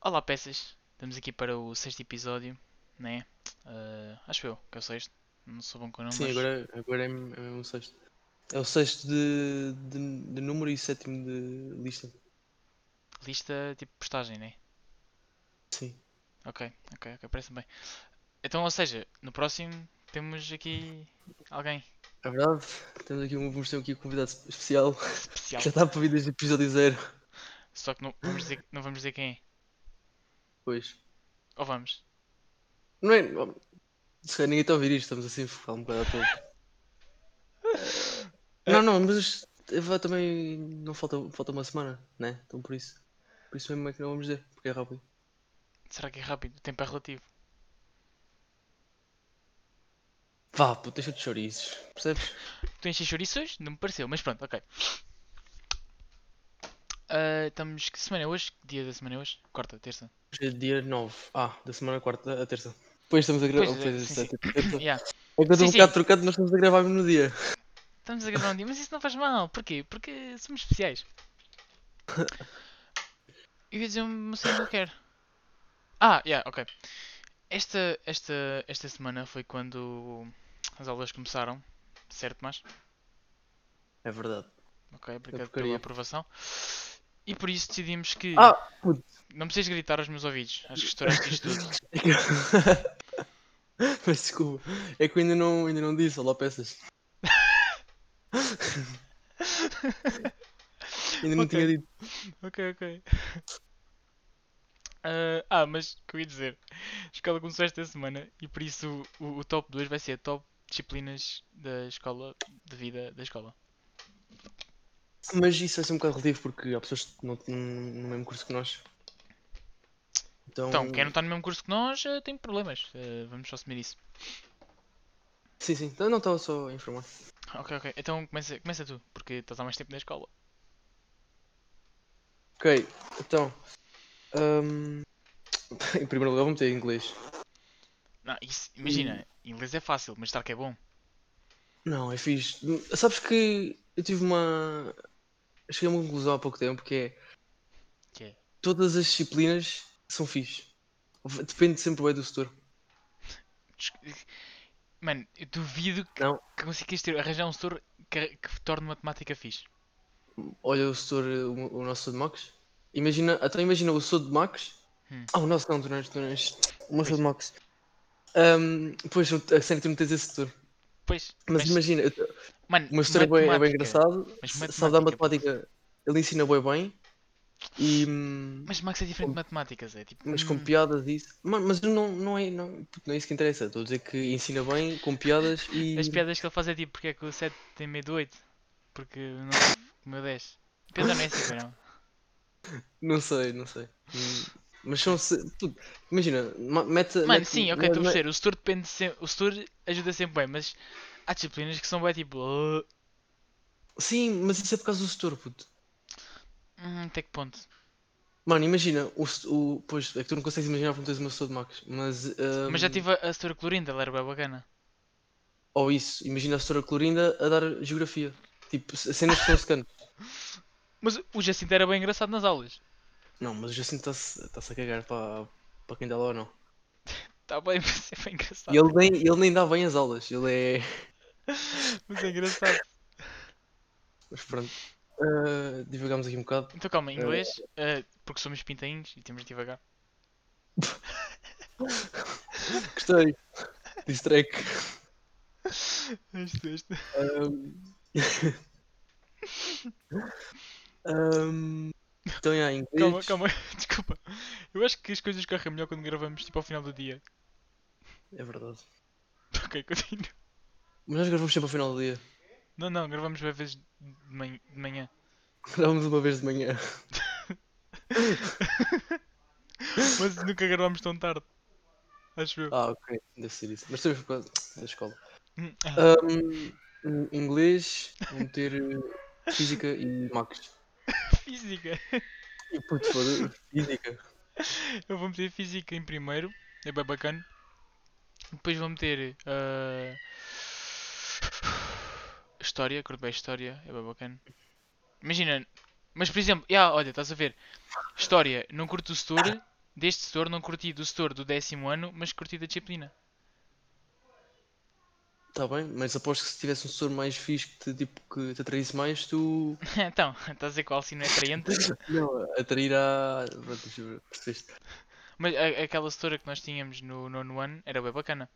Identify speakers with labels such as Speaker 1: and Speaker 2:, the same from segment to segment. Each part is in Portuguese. Speaker 1: Olá, peças. Estamos aqui para o sexto episódio, né? Ah, acho eu que é o sexto. Não sou bom com números.
Speaker 2: Sim, agora, agora é, mesmo- é mesmo o sexto. É o sexto de, de, de número e sétimo de lista.
Speaker 1: Lista tipo postagem, né?
Speaker 2: Sim.
Speaker 1: Ok, ok, ok, parece bem. Então, ou seja, no próximo temos aqui alguém
Speaker 2: É verdade. Temos aqui um, vamos ter aqui um convidado especial
Speaker 1: especial.
Speaker 2: que já está para vir desde o episódio zero.
Speaker 1: Só que não vamos dizer, não vamos dizer quem é.
Speaker 2: Pois.
Speaker 1: Ou vamos?
Speaker 2: Não é. Se calhar ninguém está a ouvir isto, estamos assim a focar um bocado à toa. Não, não, mas eh, vá, também não falta, falta uma semana, né? Então por isso. Por isso mesmo é que não vamos dizer, porque é rápido.
Speaker 1: Será que é rápido? O tempo é relativo.
Speaker 2: Vá, puto, deixa de chouriços. Percebes?
Speaker 1: Tu enches chouriços? Não me pareceu, mas pronto, ok. Ah, estamos. Que semana é hoje? Que dia da semana é hoje? Quarta, terça?
Speaker 2: Hoje é dia 9. Ah, da semana quarta a terça. Depois estamos a gravar.
Speaker 1: Pois é,
Speaker 2: Depois
Speaker 1: sim,
Speaker 2: é,
Speaker 1: sim.
Speaker 2: terça.
Speaker 1: Yeah.
Speaker 2: É que eu estou
Speaker 1: Sim,
Speaker 2: um
Speaker 1: sim.
Speaker 2: bocado trocado, mas estamos a gravar mesmo no dia.
Speaker 1: Estamos a gravar um dia, mas isso não faz mal. Porquê? Porque somos especiais. Eu ia dizer uma cena qualquer. Ah, yeah, ok. Esta, esta, esta semana foi quando as aulas começaram, certo, mas?
Speaker 2: É verdade.
Speaker 1: Ok, obrigado pela
Speaker 2: porcaria.
Speaker 1: aprovação. E por isso decidimos que.
Speaker 2: Ah, puto.
Speaker 1: Não precisas gritar aos meus ouvidos, acho que estouraste isto tudo.
Speaker 2: É que... mas desculpa. É que eu ainda não, ainda não disse. Olá, peças. ainda não
Speaker 1: Ok.
Speaker 2: tinha dito.
Speaker 1: Ok, ok. Ah, ah, mas o que eu ia dizer? A escola começou esta semana e por isso o, o- o top 2 vai ser top disciplinas da escola, de vida da escola.
Speaker 2: Mas isso vai ser um bocado relativo porque há pessoas que não estão no mesmo curso que nós. Então,
Speaker 1: Então, quem não está no mesmo curso que nós eh, tem problemas. Eh, vamos só assumir isso.
Speaker 2: Sim, sim. Então, não estava só a informar.
Speaker 1: Ok, ok. Então começa, começa tu, porque estás há mais tempo na escola.
Speaker 2: Ok, então. hum, em primeiro lugar, vou meter em inglês.
Speaker 1: Não, Ah, isso, imagina,
Speaker 2: Hum.
Speaker 1: inglês é fácil, mas estar que é bom.
Speaker 2: Não, é fixe. Sabes que eu tive uma. Cheguei a uma conclusão há pouco tempo que é.
Speaker 1: Que é?
Speaker 2: Todas as disciplinas são fixe. V- Depende sempre bem do setor.
Speaker 1: Des- Mano, eu duvido que,
Speaker 2: Não.
Speaker 1: que consigas ter, arranjar um setor que, que torne matemática fixe.
Speaker 2: Olha o setor, o, o nosso setor de Max. Imagina, até imagina o setor de Max.
Speaker 1: Hum.
Speaker 2: Ah, o nosso não, tu não és, tu não és. O meu setor de Max. Hum, pois, a cena que tu não tens esse setor.
Speaker 1: Pois,
Speaker 2: Mas imagina, eu-
Speaker 1: mano,
Speaker 2: o meu setor é bem, é bem
Speaker 1: matemática.
Speaker 2: engraçado.
Speaker 1: Mas
Speaker 2: s- Sabe dar
Speaker 1: matemática,
Speaker 2: matemática. Ele ensina bem bem. E. hum,
Speaker 1: Mas Max é diferente de
Speaker 2: Com-
Speaker 1: matemáticas, é tipo.
Speaker 2: Mas com
Speaker 1: hum,
Speaker 2: piadas e isso. Mano, mas não, não, é, não, puto, não é isso que interessa. Estou a dizer que ensina bem, com piadas e.
Speaker 1: As piadas que ele faz é tipo, porque é que o 7 tem meio do 8? Porque não o meu 10. A piada não é assim, não.
Speaker 2: Não sei, não sei. Hum, Mas são. se- puto, imagina, ma- mete.
Speaker 1: Mano,
Speaker 2: mete-
Speaker 1: sim, ok,
Speaker 2: ma-
Speaker 1: estou a
Speaker 2: ma-
Speaker 1: perceber. O setor depende sempre. O setor ajuda sempre bem, mas há disciplinas que são bem tipo. "Ah,
Speaker 2: Sim, mas isso é por causa do setor, puto.
Speaker 1: hum, até que ponto?
Speaker 2: Mano, imagina, o, se- o, pois é que tu não consegues imaginar porque não tens o meu setor de Max. Mas.
Speaker 1: Mas já
Speaker 2: hum,
Speaker 1: tive a, a setora clorinda, ela era bem bacana.
Speaker 2: Ou isso, imagina a setora Clorinda a dar geografia. Tipo, c- cenas que são secantes.
Speaker 1: Mas o Jacinto era bem engraçado nas aulas.
Speaker 2: Não, mas o Jacinto está-se tá a cagar para, para quem dá lá ou não.
Speaker 1: Está bem, mas é bem engraçado.
Speaker 2: E ele nem, ele nem dá bem as aulas, ele é.
Speaker 1: Mas é engraçado.
Speaker 2: Mas pronto. Ah, divagamos aqui um bocado.
Speaker 1: Então calma, inglês, ah, porque somos pintainhos e temos de devagar.
Speaker 2: Gostei. Disse track.
Speaker 1: Este, este.
Speaker 2: Ahm. Ahm, Então, já, em inglês.
Speaker 1: Calma, calma, desculpa. Eu acho que as coisas correm melhor quando gravamos, tipo, ao final do dia.
Speaker 2: É verdade.
Speaker 1: Ok, continuo.
Speaker 2: Mas nós gravamos sempre ao final do dia.
Speaker 1: Não, não, gravamos bem vezes de manhã. De manhã.
Speaker 2: Gravamos uma vez de manhã.
Speaker 1: Mas nunca gravamos tão tarde. Acho eu.
Speaker 2: Ah, ok. Deve ser isso. Mas também foi por causa da escola.
Speaker 1: Hum, ah,
Speaker 2: Ahm, em inglês, vou meter eh, física e Max.
Speaker 1: Física.
Speaker 2: E puto, foda Física.
Speaker 1: Eu vou meter física em primeiro. É bem bacana. Depois vou meter. ah, História, curto bem a história. É bem bacana. Imagina. Mas por exemplo, yeah, olha, estás a ver. História, não curto o setor, Deste setor, não curti do setor do décimo ano, mas curti da disciplina.
Speaker 2: Está Tá bem, mas aposto que se tivesse um setor mais fixe que te, tipo, que te atraísse mais, tu.
Speaker 1: então, estás a dizer qual sino é atraente?
Speaker 2: Não, atrairá. Pronto, deixa eu ver, percebeste?
Speaker 1: Mas a- aquela setora que nós tínhamos no nono ano era bem bacana.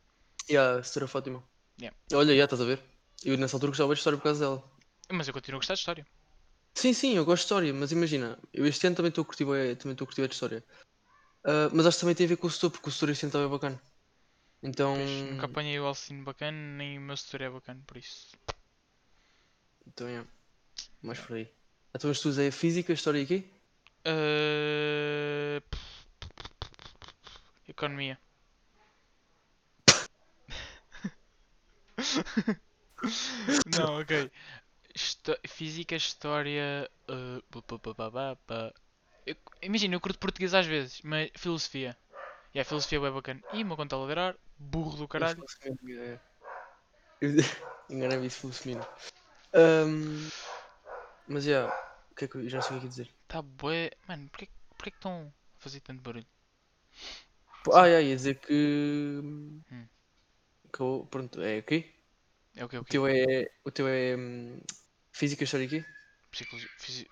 Speaker 2: E a setora Fátima.
Speaker 1: Yeah.
Speaker 2: Olha, já estás a ver? Eu nessa altura gostava de história por causa dela.
Speaker 1: Mas eu continuo a gostar de história.
Speaker 2: Sim, sim, eu gosto de história, mas imagina, eu este ano também estou a curtir bué- também estou a curtir bué de história. Ah, mas acho que também tem a ver com o setor, porque o setor este ano estava bacana. Então.
Speaker 1: Pois, nunca apanhei o Alcino bacana, nem o meu setor é bacana, por isso.
Speaker 2: Então, é. Mais por aí. Então, os estudos é física, história e quê?
Speaker 1: Ah, Economia. Não, ok. Histó- Física, história. ah, bu- bu- bu- bu- bu- bu- Eu- Imagina, eu curto português às vezes, mas filosofia. E a filosofia é bué bacana. Ih, o meu conta a ladrar, burro do caralho.
Speaker 2: Caralho. é. Enganei-me isso pelo semino. Ahm, mas já, o que é que eu já não sei o que é que ia dizer?
Speaker 1: Tá bué. Mano, porquê, porquê que estão a fazer tanto barulho?
Speaker 2: Ah, já, ia dizer que.
Speaker 1: Hum.
Speaker 2: que eu- pronto, é o quê?
Speaker 1: É o que é o
Speaker 2: O
Speaker 1: que?
Speaker 2: teu é. O teu é. hum, Física, história e quê?
Speaker 1: Psicologia. fisi-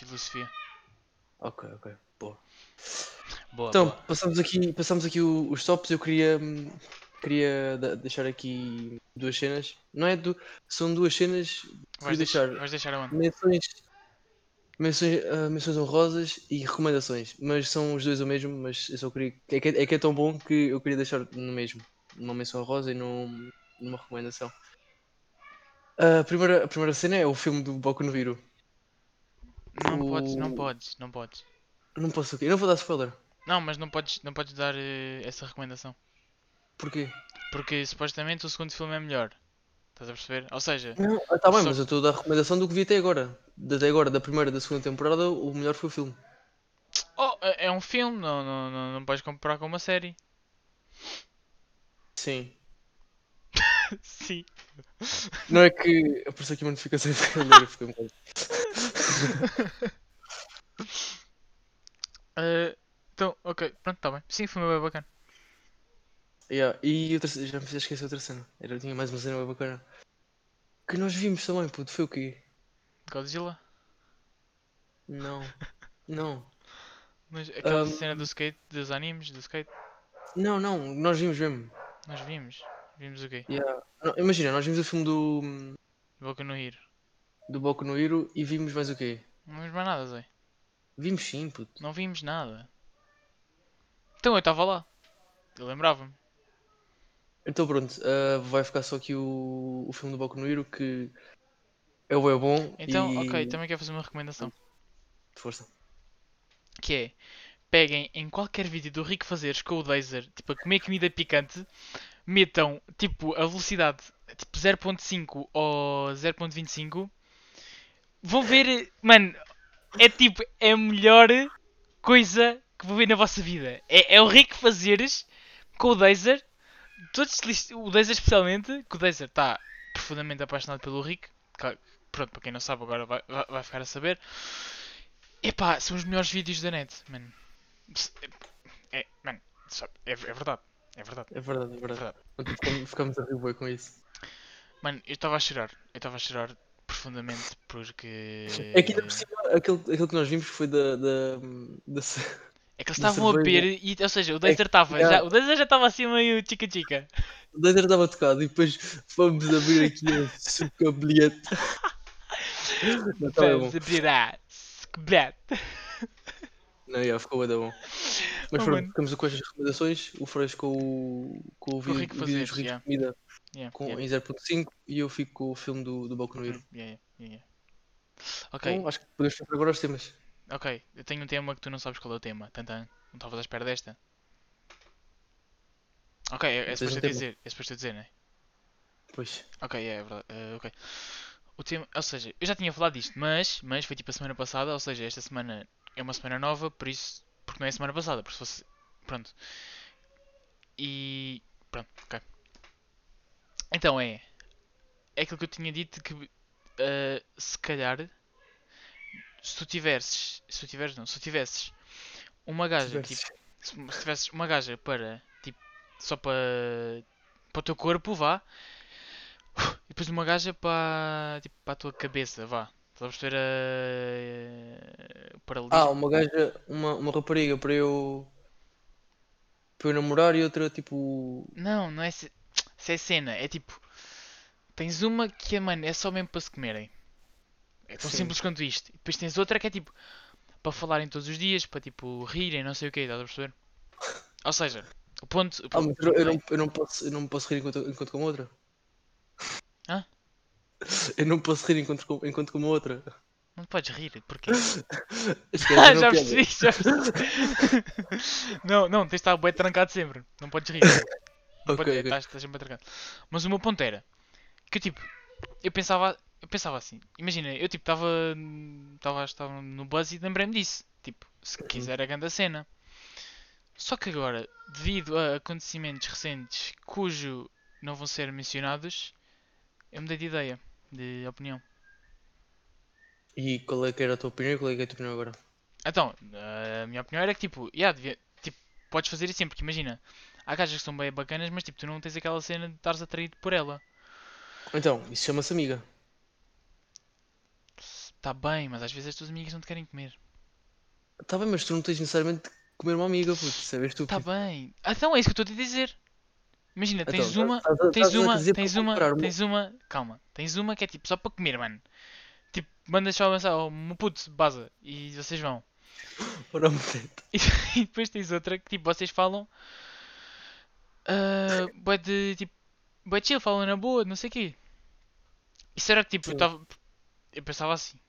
Speaker 1: Filosofia.
Speaker 2: Ok, ok, boa.
Speaker 1: Boa,
Speaker 2: Então,
Speaker 1: boa.
Speaker 2: passamos aqui, passamos aqui o- os tops. Eu queria, hum, queria da- deixar aqui duas cenas. Não é do, são duas cenas.
Speaker 1: Vais,
Speaker 2: fui deixar-
Speaker 1: Vais deixar aonde?
Speaker 2: Menções, menções, ah, menções honrosas e recomendações. Mas são os dois o mesmo, mas eu só queria. É que é, que é tão bom que eu queria deixar no mesmo. Numa menção honrosa e num, numa recomendação. Ah, A primeira, a primeira cena é o filme do Boku no Hero.
Speaker 1: Não podes, não
Speaker 2: O-
Speaker 1: podes, não podes.
Speaker 2: Não posso aqui. Eu não vou dar spoiler.
Speaker 1: Não, mas não podes, não podes dar eh, essa recomendação.
Speaker 2: Porquê?
Speaker 1: Porque supostamente o segundo filme é melhor. Estás a perceber? Ou seja,
Speaker 2: Não, ah, tá bem,
Speaker 1: Só-
Speaker 2: mas eu estou a dar recomendação do que vi até agora. De- Até agora, da primeira e da segunda temporada, o melhor foi o filme.
Speaker 1: oh, é é um filme, não, não, não, não podes comparar com uma série.
Speaker 2: Sim.
Speaker 1: Sim.
Speaker 2: Não é que apareceu aqui uma notificação de trailer, fiquei um bocado.
Speaker 1: Eh, então, ok, pronto, está bem. Sim, o filme é bem bacana.
Speaker 2: Yeah, E outra, ce- já me fizeste esquecer outra cena. Era, tinha mais uma cena bem bacana. Que nós vimos também, puto. Foi o quê?
Speaker 1: Godzilla?
Speaker 2: Não. Não.
Speaker 1: Mas aquela
Speaker 2: Ahm.
Speaker 1: cena do skate, dos animes, do skate,
Speaker 2: Não, não. Nós vimos mesmo.
Speaker 1: nós vimos. Vimos o quê?
Speaker 2: Yeah. Não, imagina, nós vimos o filme do,
Speaker 1: Boca no Hero.
Speaker 2: do Boku no Hero e vimos mais o quê?
Speaker 1: Não vimos mais nada, Zé.
Speaker 2: Vimos sim, puto.
Speaker 1: Não vimos nada. Então eu estava lá. Eu lembrava-me.
Speaker 2: Então pronto. ah, vai ficar só aqui o, o filme do Boku no Hero que é o é bom.
Speaker 1: Então,
Speaker 2: e...
Speaker 1: ok, também quero fazer uma recomendação.
Speaker 2: Força.
Speaker 1: que é peguem em qualquer vídeo do Rico Fazeres com o laser, tipo a comer comida picante, metam tipo a velocidade tipo 0.5 ou 0.25, vão ver, mano, é tipo é a melhor coisa que vão ver na vossa vida. É, é o Rico Fazeres com o laser, todos lis- o laser especialmente, que o laser está profundamente apaixonado pelo Rico. Claro, Pronto, para quem não sabe agora vai- vai- vai ficar a saber. Epá, são os melhores vídeos da net, mano. Ps- É, é- mano, sabe, é, é verdade. É verdade,
Speaker 2: É verdade, é
Speaker 1: é
Speaker 2: verdade.
Speaker 1: verdade.
Speaker 2: Ontem ficamos- Ficamos a rir bué com isso.
Speaker 1: Mano, eu estava a chorar. Eu estava a chorar profundamente porque.
Speaker 2: É que ainda por cima, aquele, aquele que nós vimos foi da. da, da ce-
Speaker 1: É que eles
Speaker 2: da
Speaker 1: estavam a
Speaker 2: cerveja.
Speaker 1: beber e. Ou seja, o Dazer estava.
Speaker 2: né? É já-
Speaker 1: já- O Dazer já estava assim meio chica-chica.
Speaker 2: O laser estava tocado e depois vamos abrir aqui a suca bilhete. Não, tá bem bom.
Speaker 1: Vamos abrir a. Secret.
Speaker 2: Não, yeah, ficou bem bom. Mas
Speaker 1: Oh,
Speaker 2: pronto,
Speaker 1: mano.
Speaker 2: ficamos com estas recomendações. O Freire com o, com o
Speaker 1: Com o
Speaker 2: vídeo,
Speaker 1: Rico
Speaker 2: o vídeo
Speaker 1: Fazeres,
Speaker 2: dos ricos
Speaker 1: yeah.
Speaker 2: de comida
Speaker 1: Yeah,
Speaker 2: com,
Speaker 1: yeah,
Speaker 2: em 0.5 e eu fico com o filme do, do Boku no Hero.
Speaker 1: yeah, yeah, yeah. Ok,
Speaker 2: Então acho que podemos passar agora os temas.
Speaker 1: ok. Eu tenho um tema que tu não sabes qual é o tema. Tantan. Não estavas à espera desta? Ok, é, é
Speaker 2: Tens um
Speaker 1: suposto eu
Speaker 2: tema.
Speaker 1: dizer. É suposto eu dizer, né?
Speaker 2: Pois.
Speaker 1: Ok, é verdade. eh, ok. O tema, ou seja, eu já tinha falado disto, mas, mas foi tipo a semana passada, ou seja, esta semana é uma semana nova, por isso, porque não é a semana passada, porque se fosse, pronto. E pronto, ok. Então é, é aquilo que eu tinha dito que eh, se calhar se tu tivesses, se tu tiveres não, se tu tivesses uma gaja, tipo,
Speaker 2: Tivesses.
Speaker 1: Se, se tivesses uma gaja para, tipo, só para, para o teu corpo, vá. E depois uma gaja para, tipo, para a tua cabeça, vá. Estás a perceber a- a- o
Speaker 2: Ah,
Speaker 1: paralelismo?
Speaker 2: uma gaja, uma, uma rapariga para eu. para eu namorar e outra tipo.
Speaker 1: Não, não é se... se é cena, é tipo. Tens uma que, mano, é só mesmo para se comerem. É tão
Speaker 2: Sim.
Speaker 1: simples quanto isto. E depois tens outra que é tipo para falarem todos os dias, para tipo rirem, não sei o que, estás a perceber? Ou seja, o ponto. O
Speaker 2: Ah,
Speaker 1: ponto é,
Speaker 2: mas eu, eu não, eu, não posso, eu não posso rir enquanto, enquanto com outra.
Speaker 1: Hã?
Speaker 2: Eu não posso rir enquanto com, enquanto com outra.
Speaker 1: Não te podes rir, porquê?
Speaker 2: Esquece,
Speaker 1: Ah,
Speaker 2: não
Speaker 1: já
Speaker 2: piada.
Speaker 1: percebi, já percebi. não, não, tens de estar bué trancado sempre. Não podes rir. Não
Speaker 2: Ok,
Speaker 1: podes- eh,
Speaker 2: ok.
Speaker 1: Estás, estás sempre trancado. Mas o meu ponto era que eu tipo, eu pensava, eu pensava assim. Imagina, eu tipo, estava estava estava no buzz e lembrei-me disso. Tipo, se
Speaker 2: Uhum.
Speaker 1: quiser a grande cena. Só que agora, devido a acontecimentos recentes cujo não vão ser mencionados, eu mudei de ideia, de opinião.
Speaker 2: E qual é que era a tua opinião e qual é que é a tua opinião agora?
Speaker 1: Então, a minha opinião era que tipo, yeah, devia- tipo, podes fazer isso sempre, porque imagina, há gajas que são bem bacanas, mas tipo, tu não tens aquela cena de estares atraído por ela.
Speaker 2: Então, isso chama-se amiga.
Speaker 1: Tá bem, mas às vezes as tuas amigas não te querem comer.
Speaker 2: Tá bem, mas tu não tens necessariamente de comer uma amiga, puto, sabes tu.
Speaker 1: Tá bem. Ah, Então é isso que eu estou a te dizer. Imagina,
Speaker 2: é Então,
Speaker 1: tens uma, tens uma, tens uma, tens uma, calma, tens uma que é tipo só para comer, mano. Tipo, mandas só avançar, oh, meu puto, baza, e vocês vão. E depois tens outra que tipo, vocês falam. Uh, bué de tipo. Bué de chill, falam na boa, não sei o quê. Isso era que tipo, eu
Speaker 2: Sim.
Speaker 1: tava. Eu pensava assim.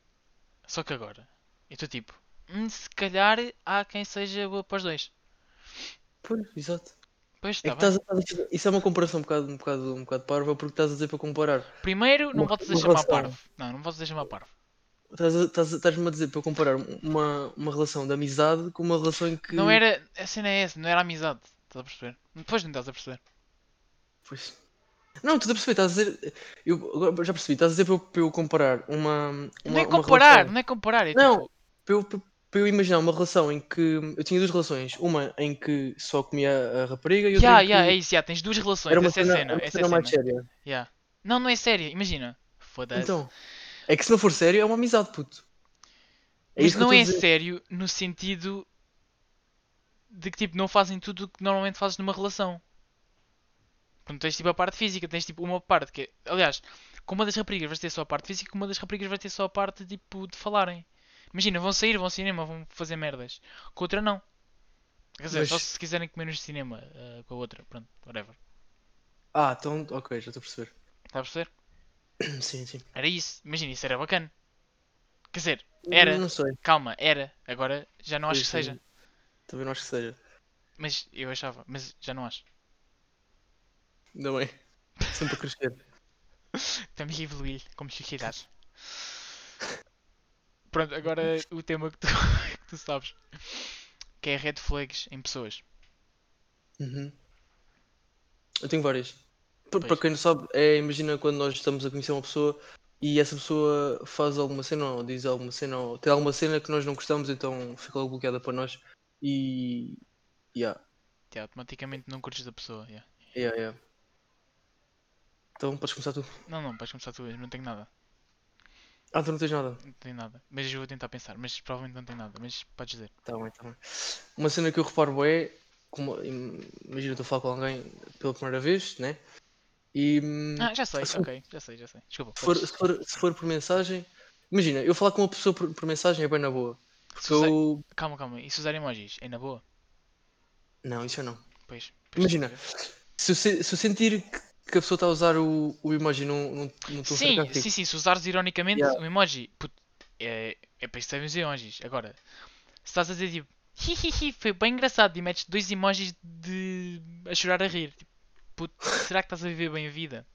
Speaker 1: Só que agora. Eu estou tipo. "Hum, se calhar há quem seja boa para os dois.
Speaker 2: Pois, exato.
Speaker 1: Pois
Speaker 2: É
Speaker 1: está
Speaker 2: que
Speaker 1: Tá bem.
Speaker 2: estás a- estás a- Isso é uma comparação um bocado, um bocado, um bocado parva, porque estás a dizer para comparar.
Speaker 1: Primeiro, não
Speaker 2: Uma-
Speaker 1: voltas a
Speaker 2: uma
Speaker 1: chamar
Speaker 2: relação.
Speaker 1: parvo. Não, não voltas a chamar parvo.
Speaker 2: Estás a- estás a- Estás-me a dizer para comparar uma, uma relação de amizade com uma relação em que.
Speaker 1: Não era. A cena é essa, não era amizade. Estás a perceber? Depois não estás a perceber.
Speaker 2: Pois. Não, tu a perceber, estás a dizer. Eu agora já percebi, estás a dizer para eu, para eu comparar uma.
Speaker 1: não
Speaker 2: uma-
Speaker 1: é
Speaker 2: uma
Speaker 1: comparar,
Speaker 2: relação-
Speaker 1: não é comparar. É
Speaker 2: Não,
Speaker 1: tipo.
Speaker 2: para eu, para eu imaginar uma relação em que. Eu tinha duas relações. Uma em que só comia a rapariga e outra
Speaker 1: Ya,
Speaker 2: em que.
Speaker 1: ya, é isso, ya, tens duas relações.
Speaker 2: Era uma
Speaker 1: essa é a
Speaker 2: cena,
Speaker 1: cena,
Speaker 2: era uma
Speaker 1: essa é a
Speaker 2: cena mais
Speaker 1: cena.
Speaker 2: séria.
Speaker 1: Yeah. Não, não é séria, imagina. Foda-se.
Speaker 2: Então, é que se não for sério, é uma amizade, puto. É
Speaker 1: Mas
Speaker 2: isso que eu
Speaker 1: não
Speaker 2: estou a
Speaker 1: é
Speaker 2: dizer.
Speaker 1: sério no sentido de que tipo, não fazem tudo o que normalmente fazes numa relação. Quando tens tipo a parte física, tens tipo uma parte que. é- Aliás, com uma das raparigas vais ter só a parte física, com uma das raparigas vais ter só a parte tipo de falarem. Imagina, vão sair, vão ao cinema, vão fazer merdas. Com a outra não. Quer dizer, só
Speaker 2: Mas-
Speaker 1: se quiserem comer no cinema ah, com a outra, pronto, whatever.
Speaker 2: Ah, então, ok, já estou a perceber.
Speaker 1: Estás a perceber?
Speaker 2: Sim, sim.
Speaker 1: Era isso. Imagina, isso era bacana. Quer dizer, Era.
Speaker 2: Não sei.
Speaker 1: calma, era. Agora já não acho que
Speaker 2: Pois,
Speaker 1: seja.
Speaker 2: Também não acho que seja.
Speaker 1: Mas eu achava, mas já não acho.
Speaker 2: Ainda bem. Sempre a crescer.
Speaker 1: Estamos a evoluir como sociedade. Pronto, agora o tema que tu, que tu sabes. Que é red flags em pessoas.
Speaker 2: Uhum. Eu tenho várias. Pa- Para
Speaker 1: Pois.
Speaker 2: quem não sabe, é imagina quando nós estamos a conhecer uma pessoa e essa pessoa faz alguma cena ou diz alguma cena ou tem alguma cena que nós não gostamos, então fica logo bloqueada para nós e. Yeah,
Speaker 1: Que é automaticamente não curtes da pessoa. yeah.
Speaker 2: yeah, yeah. Então podes começar tu.
Speaker 1: Não, não, vais começar tu, eu não tenho nada.
Speaker 2: Ah, tu não tens nada.
Speaker 1: Não tenho nada. Mas eu vou tentar pensar, mas provavelmente não tenho nada. Mas podes dizer.
Speaker 2: Tá bem, tá bem. Uma cena que eu reparo é, como, im- imagina estou a falar com alguém pela primeira vez, né? E hum,
Speaker 1: Ah, já sei,
Speaker 2: Assunto.
Speaker 1: ok, já sei, já sei. Desculpa.
Speaker 2: se, for,
Speaker 1: podes-
Speaker 2: se, for, se for por mensagem, imagina, eu falar com uma pessoa por, por mensagem é bem na boa. Porque
Speaker 1: se usar-
Speaker 2: eu.
Speaker 1: Calma, calma, e se usar emojis? É na boa?
Speaker 2: Não, isso eu não.
Speaker 1: Pois. pois.
Speaker 2: Imagina, se eu, se, se eu sentir que, que a pessoa está a usar o, o emoji num, num, num tom
Speaker 1: Sim,
Speaker 2: sarcástico,
Speaker 1: sim, sim, se usares ironicamente
Speaker 2: Yeah.
Speaker 1: um emoji, puto, é, é para isso que servem os emojis. Agora, se estás a dizer tipo, hihihi, foi bem engraçado e metes dois emojis de a chorar a rir, tipo, puto, será que estás a viver bem a vida?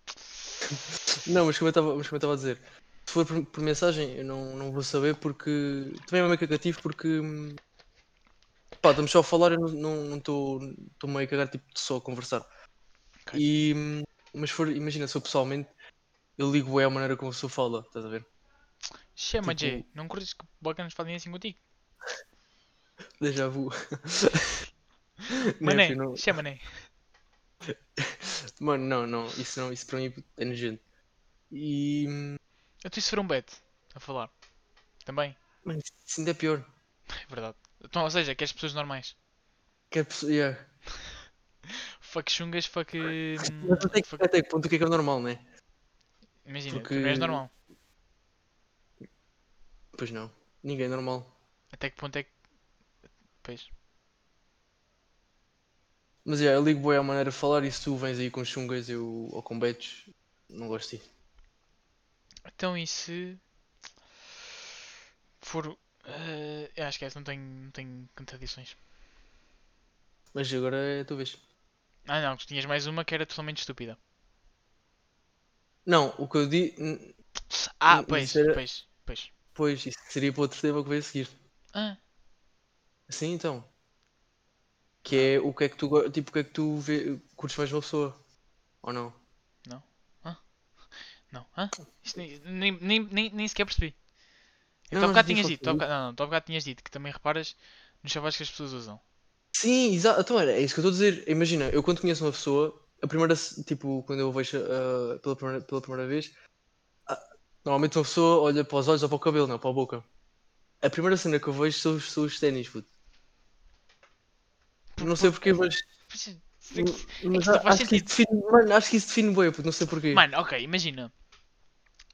Speaker 2: Não, mas como eu estava mas como eu estava a dizer, se for por, por mensagem, eu não, não vou saber porque. Também é meio cagativo porque. hum, Pá, estamos só a falar, eu não estou. Não, não tô- tô meio a cagar, tipo, só a conversar.
Speaker 1: Ok.
Speaker 2: E. hum, Mas se for, imagina, se eu pessoalmente, eu ligo é a maneira como a pessoa fala, estás a ver?
Speaker 1: Chama,
Speaker 2: Tipo-
Speaker 1: Jay, não curtes que bacanas fazem assim contigo?
Speaker 2: Déjà vu.
Speaker 1: Mané,
Speaker 2: filho, não.
Speaker 1: isso é mané.
Speaker 2: Mano, não, não, isso não, isso para mim é nojento. E. hum,
Speaker 1: Eu te sofrer um bet a falar. Também,
Speaker 2: Mano, isso ainda é pior.
Speaker 1: é verdade. Então, ou seja, que as pessoas normais.
Speaker 2: Que é poss- yeah.
Speaker 1: Fuck chungas, fuck. hum,
Speaker 2: Mas até que,
Speaker 1: fuck-
Speaker 2: até que ponto o que é que é normal, né?
Speaker 1: Imagina,
Speaker 2: porque-
Speaker 1: tu não és normal.
Speaker 2: Pois não. Ninguém é normal.
Speaker 1: Até que ponto é que. Pois.
Speaker 2: Mas yeah, eu ligo boi à maneira de falar e se tu vens aí com chungas eu, ou com betos, não gosto de ti.
Speaker 1: Então, e se. For. eh, eu acho que essa não tenho, não tenho contradições.
Speaker 2: Mas agora é a tua vez.
Speaker 1: Ah, não, tu tinhas mais uma que era totalmente estúpida.
Speaker 2: Não, o que eu digo.
Speaker 1: Ah,
Speaker 2: Hum,
Speaker 1: pois,
Speaker 2: isso era-
Speaker 1: pois, pois.
Speaker 2: Pois, isso seria para outro tema que veio a seguir.
Speaker 1: Ah,
Speaker 2: Assim então. Que é o que é que tu go- tipo, o que é que tu vê, curtes mais de uma pessoa? Ou não?
Speaker 1: não, ah? Isto nem, nem, nem, nem, nem sequer percebi.
Speaker 2: Não,
Speaker 1: Tu há
Speaker 2: não,
Speaker 1: bocado
Speaker 2: não
Speaker 1: tinhas
Speaker 2: faço
Speaker 1: dito, tu há
Speaker 2: isso.
Speaker 1: bocado- não, não, tu há bocado tinhas dito que também reparas nos chavais que as pessoas usam.
Speaker 2: Sim, exato. Então era, é isso que eu estou a dizer. Imagina, eu quando conheço uma pessoa, a primeira, se- tipo, quando eu a vejo ah, pela, primeira, pela primeira vez, ah, normalmente uma pessoa olha para os olhos ou para o cabelo, não, para a boca. A primeira cena que eu vejo são, os- são os ténis, puto. Não sei porquê, mas.
Speaker 1: Pois é, se-
Speaker 2: mas
Speaker 1: não faz
Speaker 2: acho, que isso define, mano, acho que isso define bem, puto, não sei porquê.
Speaker 1: Mano, ok, imagina.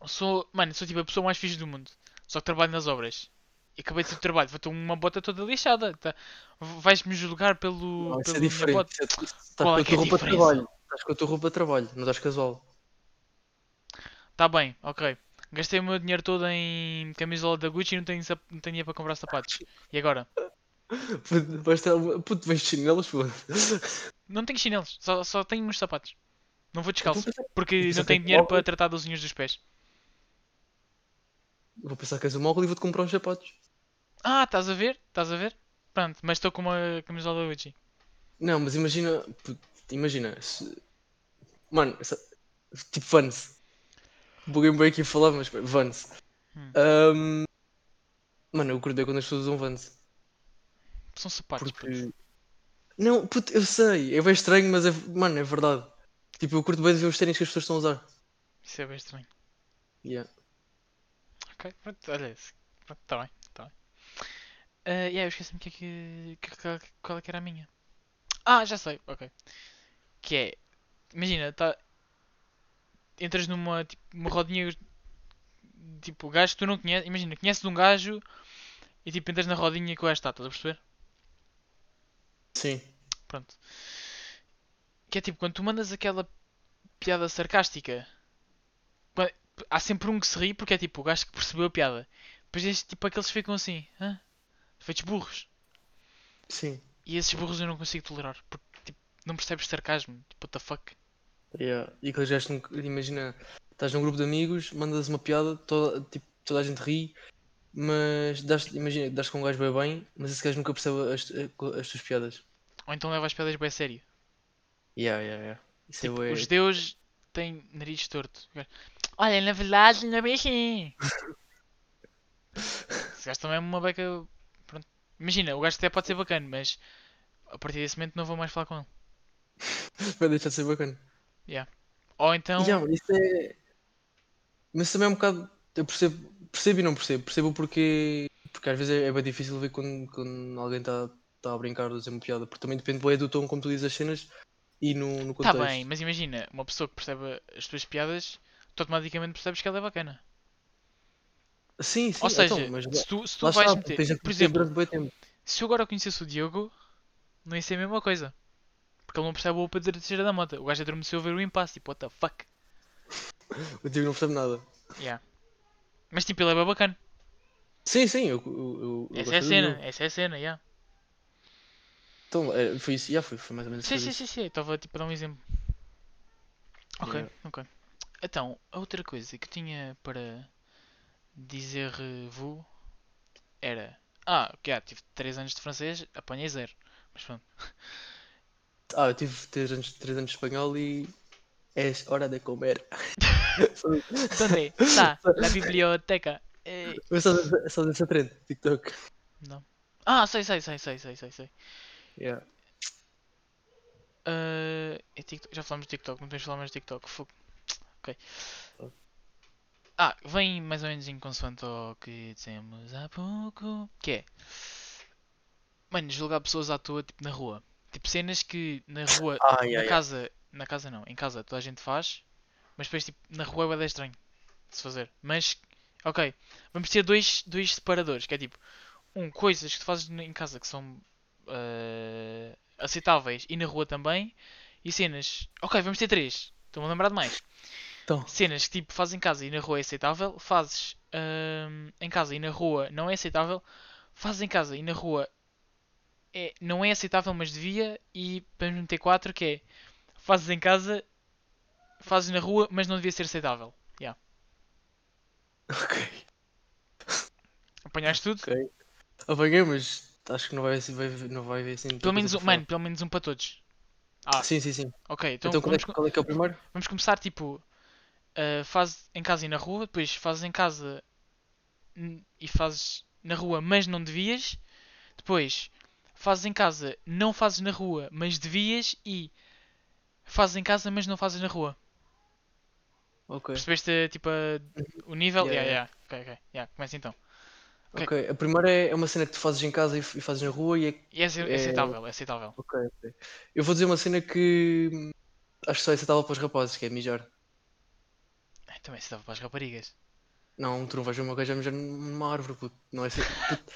Speaker 1: Eu sou, mano, sou tipo a pessoa mais fixe do mundo. Só que trabalho nas obras. E acabei de sair do trabalho, vou ter uma bota toda lixada. tá? Vais-me julgar pelo.
Speaker 2: Não, isso é
Speaker 1: pela minha
Speaker 2: diferente.
Speaker 1: bota.
Speaker 2: isso é- isso- Estás
Speaker 1: Qual
Speaker 2: com
Speaker 1: é
Speaker 2: a
Speaker 1: que é
Speaker 2: tua
Speaker 1: a
Speaker 2: roupa de
Speaker 1: diferença?
Speaker 2: trabalho. Estás com a tua roupa de trabalho, não estás casual.
Speaker 1: Tá bem, ok. Gastei o meu dinheiro todo em camisola da Gucci e não tenho, sap- não tenho dinheiro para comprar sapatos. E agora?
Speaker 2: Puto, Vais ter uma- puto, vens de chinelos, puto.
Speaker 1: Não tenho chinelos, só, só tenho uns sapatos. Não vou
Speaker 2: Vou
Speaker 1: descalço,
Speaker 2: pensar,
Speaker 1: porque
Speaker 2: Isso
Speaker 1: não
Speaker 2: é
Speaker 1: tenho
Speaker 2: que
Speaker 1: dinheiro
Speaker 2: óbvio.
Speaker 1: para tratar dos unhos dos pés.
Speaker 2: vou pensar que és um mogul e vou-te comprar uns sapatos.
Speaker 1: Ah, estás a ver? Estás a ver? Pronto, mas estou com uma camisola da Gucci.
Speaker 2: Não, mas imagina, puto, imagina, se... mano, sa- tipo Vans. Buguei bem aqui a falar, mas pá, Vans.
Speaker 1: Hum.
Speaker 2: Ahm, Mano, eu curtei quando as pessoas usam Vans.
Speaker 1: São sapatos, puto.
Speaker 2: Porque. Não, puto, eu sei, é bem estranho, mas é, mano, é verdade. Tipo, eu curto bem de ver os ténis que as pessoas estão a usar.
Speaker 1: Isso é bem estranho.
Speaker 2: Yeah.
Speaker 1: Ok, pronto, olha, se- pronto, tá bem, tá bem. Ah, yeah, eu esqueci-me que é que, que- qual, qual é que era a minha. Ah, já sei, ok. Que é, imagina, tá, entras numa, tipo, uma rodinha, tipo, gajo que tu não conheces, imagina, conheces um gajo e tipo, entras na rodinha que o gajo está, estás a perceber?
Speaker 2: Sim.
Speaker 1: Pronto. Que é tipo, quando tu mandas aquela piada sarcástica, qua- há sempre um que se ri porque é tipo o gajo que percebeu a piada. Depois tens tipo aqueles que ficam assim, hã? Feitos burros.
Speaker 2: Sim.
Speaker 1: E esses burros eu não consigo tolerar porque tipo, não percebes sarcasmo. Tipo, what the fuck?
Speaker 2: Yeah. E aquele gesto, nunca- imagina, estás num grupo de amigos, mandas uma piada, toda, tipo, toda a gente ri, mas dás, imagina, dás com um gajo bem bem, mas esse gajo nunca percebe as, as tuas piadas.
Speaker 1: Ou então leva as piadas bem a sério.
Speaker 2: Yeah, yeah, yeah. Isso é bué-
Speaker 1: Os deuses têm nariz torto. O gajo, Olha, na verdade, não é bem assim. Esse gajo também é uma beca. Pronto. Imagina, o gajo até pode ser bacana, mas a partir desse momento não vou mais falar com ele.
Speaker 2: Vai deixar de ser bacana.
Speaker 1: Ou então.
Speaker 2: Yeah, mas isso é. Mas também é um bocado. Eu percebo, percebo e não percebo. Percebo porque. Porque às vezes é, é bem difícil ver quando, quando alguém está tá a brincar ou a dizer uma piada. Porque também depende bué do tom como tu dizes as cenas e no, no
Speaker 1: Tá
Speaker 2: contexto.
Speaker 1: bem, mas imagina, uma pessoa que percebe as tuas piadas, tu automaticamente percebes que ela é bacana.
Speaker 2: Sim, sim,
Speaker 1: Ou seja,
Speaker 2: então, mas
Speaker 1: se tu, se tu
Speaker 2: lá
Speaker 1: vais
Speaker 2: está,
Speaker 1: meter.
Speaker 2: tens de
Speaker 1: Por
Speaker 2: perceber
Speaker 1: exemplo,
Speaker 2: durante bué tempo.
Speaker 1: se eu agora conhecesse o Diogo, não ia ser a mesma coisa. Porque ele não percebe o Pedro Teixeira da Mota. O gajo adormeceu a ver o impasse, tipo, what the fuck.
Speaker 2: O Diogo não percebe nada.
Speaker 1: Yeah. Mas tipo, ele é bem bacana.
Speaker 2: Sim, sim, eu, eu, eu-
Speaker 1: Essa
Speaker 2: eu
Speaker 1: é a
Speaker 2: gosto do
Speaker 1: cena,
Speaker 2: Diogo.
Speaker 1: essa é a cena, yeah.
Speaker 2: Então, é, foi isso, já foi, foi mais ou menos
Speaker 1: Sim,
Speaker 2: isso.
Speaker 1: sim, sim, sim, estava tipo a dar um exemplo. Ok,
Speaker 2: Yeah.
Speaker 1: ok. Então, a outra coisa que tinha para dizer-vos era. Ah, ok, ah, tive 3 anos de francês, apanhei zero. Mas pronto.
Speaker 2: Ah, eu tive 3 anos, três anos de espanhol e. É hora de comer.
Speaker 1: Onde está a é, tá, biblioteca? Eh,
Speaker 2: Mas só, dessa- só dessa trend, TikTok.
Speaker 1: Não. Ah, sei, sei, sei, sei, sei, sei, sei.
Speaker 2: Yeah.
Speaker 1: Ah, é TikTok. Já falamos de TikTok, não tens de falar mais de TikTok. Fogo. Ok. Ah, vem mais ou menos em consoante ao que dissemos há pouco. Que é. Mano, julgar pessoas à toa, tipo na rua. Tipo cenas que na rua.
Speaker 2: Ah,
Speaker 1: na
Speaker 2: yeah, yeah.
Speaker 1: casa. Na casa não, em casa toda a gente faz. Mas depois, tipo, na rua é bué da estranho de se fazer. Mas, ok. Vamos ter dois, dois separadores. Que é tipo. Um, coisas que tu fazes no- em casa que são. ah, aceitáveis e na rua também. E cenas. Ok, vamos ter três. Estou-me a lembrar de mais.
Speaker 2: Então,
Speaker 1: Cenas que tipo fazes em casa e na rua é aceitável, fazes hum, em casa e na rua não é aceitável, fazes em casa e na rua é, não é aceitável, mas devia. E vamos meter quatro que é fazes em casa, fazes na rua, mas não devia ser aceitável.
Speaker 2: ok.
Speaker 1: Apanhaste tudo?
Speaker 2: Ok. Apanhei, mas acho que não vai, assim- vai- não vai ver assim. tanta
Speaker 1: Pelo menos
Speaker 2: coisa
Speaker 1: um,
Speaker 2: para
Speaker 1: mano, pelo menos um para todos.
Speaker 2: falar. Sim, sim, sim.
Speaker 1: Ok, então,
Speaker 2: Então, qual, é,
Speaker 1: vamos,
Speaker 2: que- qual é que é o primeiro?
Speaker 1: vamos começar tipo ah, fazes em casa e na rua, depois fazes em casa n- e fazes na rua, mas não devias. Depois fazes em casa, não fazes na rua, mas devias e fazes em casa, mas não fazes na rua.
Speaker 2: Ok.
Speaker 1: Percebeste tipo a- o nível?
Speaker 2: Yeah,
Speaker 1: Yeah, yeah. Ok, ok. Yeah, começa então. Ok.
Speaker 2: Ok. A primeira é, é uma cena que tu fazes em casa e, f- e fazes na rua e é.
Speaker 1: E é ace- é
Speaker 2: É-
Speaker 1: aceitável, é aceitável.
Speaker 2: Ok, ok. Eu vou dizer uma cena que hum, acho que só é aceitável para os rapazes, que é mijar.
Speaker 1: Ai, Também é aceitável para as raparigas.
Speaker 2: Não, tu não vais ver uma gaja a mijar numa árvore, puto. Não é assim. puto.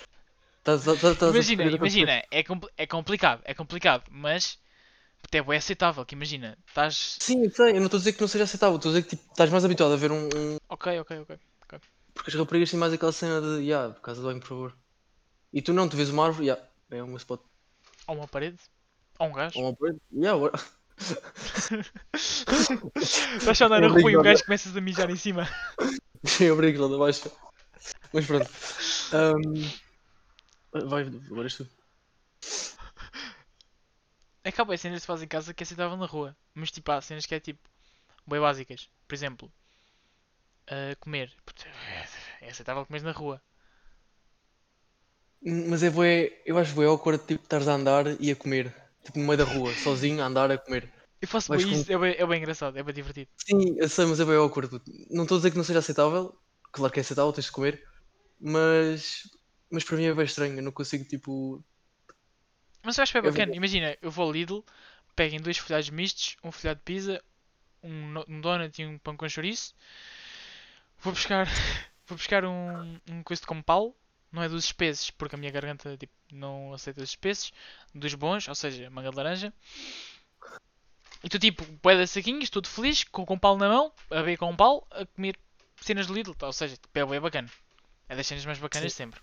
Speaker 2: Tás- tás- tás- tás a
Speaker 1: Imagina,
Speaker 2: perder a
Speaker 1: imagina, é, compl- é complicado, é complicado, mas até é aceitável, que imagina, estás.
Speaker 2: Sim, eu sei, eu não estou a dizer que não seja aceitável, estou a dizer que tipo, estás mais habituado a ver um, um-
Speaker 1: Ok, ok, ok.
Speaker 2: Porque as raparigas têm mais aquela cena de, yeah, por causa do banho, por favor. E tu não, tu vês uma árvore, yeah, é uma spot.
Speaker 1: Ou uma parede, ou um gajo.
Speaker 2: Ou uma parede, yeah, what-
Speaker 1: Estás a andar na
Speaker 2: Eu ligo
Speaker 1: rua e o
Speaker 2: agora.
Speaker 1: um gajo começas a mijar em cima.
Speaker 2: eu brinco lá da baixa. Mas pronto. Ahm, Vai, agora és tu.
Speaker 1: Acaba as cenas que se fazem em casa que aceitavam na rua. Mas tipo, há cenas que é tipo, bem básicas. Por exemplo, ah, comer. Puta, É aceitável comer na rua.
Speaker 2: Mas é bué, eu acho bué awkward, tipo, estares a andar e a comer. Tipo, no meio da rua, sozinho, a andar a comer.
Speaker 1: Eu faço
Speaker 2: Mas
Speaker 1: bem isso, é bem, é bem engraçado, é bem divertido.
Speaker 2: Sim, eu sei, mas é bem awkward. puto. Não estou a dizer que não seja aceitável. Claro que é aceitável, tens de comer. Mas. Mas para mim é bem estranho. Eu não consigo, tipo.
Speaker 1: Mas eu acho bem
Speaker 2: É
Speaker 1: bacana. Imagina, eu vou ao Lidl, pego em dois folhados mistos, um folhado de pizza, um, no- um donut e um pão com chouriço. Vou buscar, vou buscar um, um coice de compal. Não é dos espessos, porque a minha garganta tipo, não aceita os espessos. Dos bons, ou seja, manga de laranja. E estou tipo, bué de saquinhos, todo feliz, com o compal na mão, a beber com pau, a comer cenas de Lidl. tá? Ou seja, tipo, é bué bacana. É das cenas mais bacanas de sempre.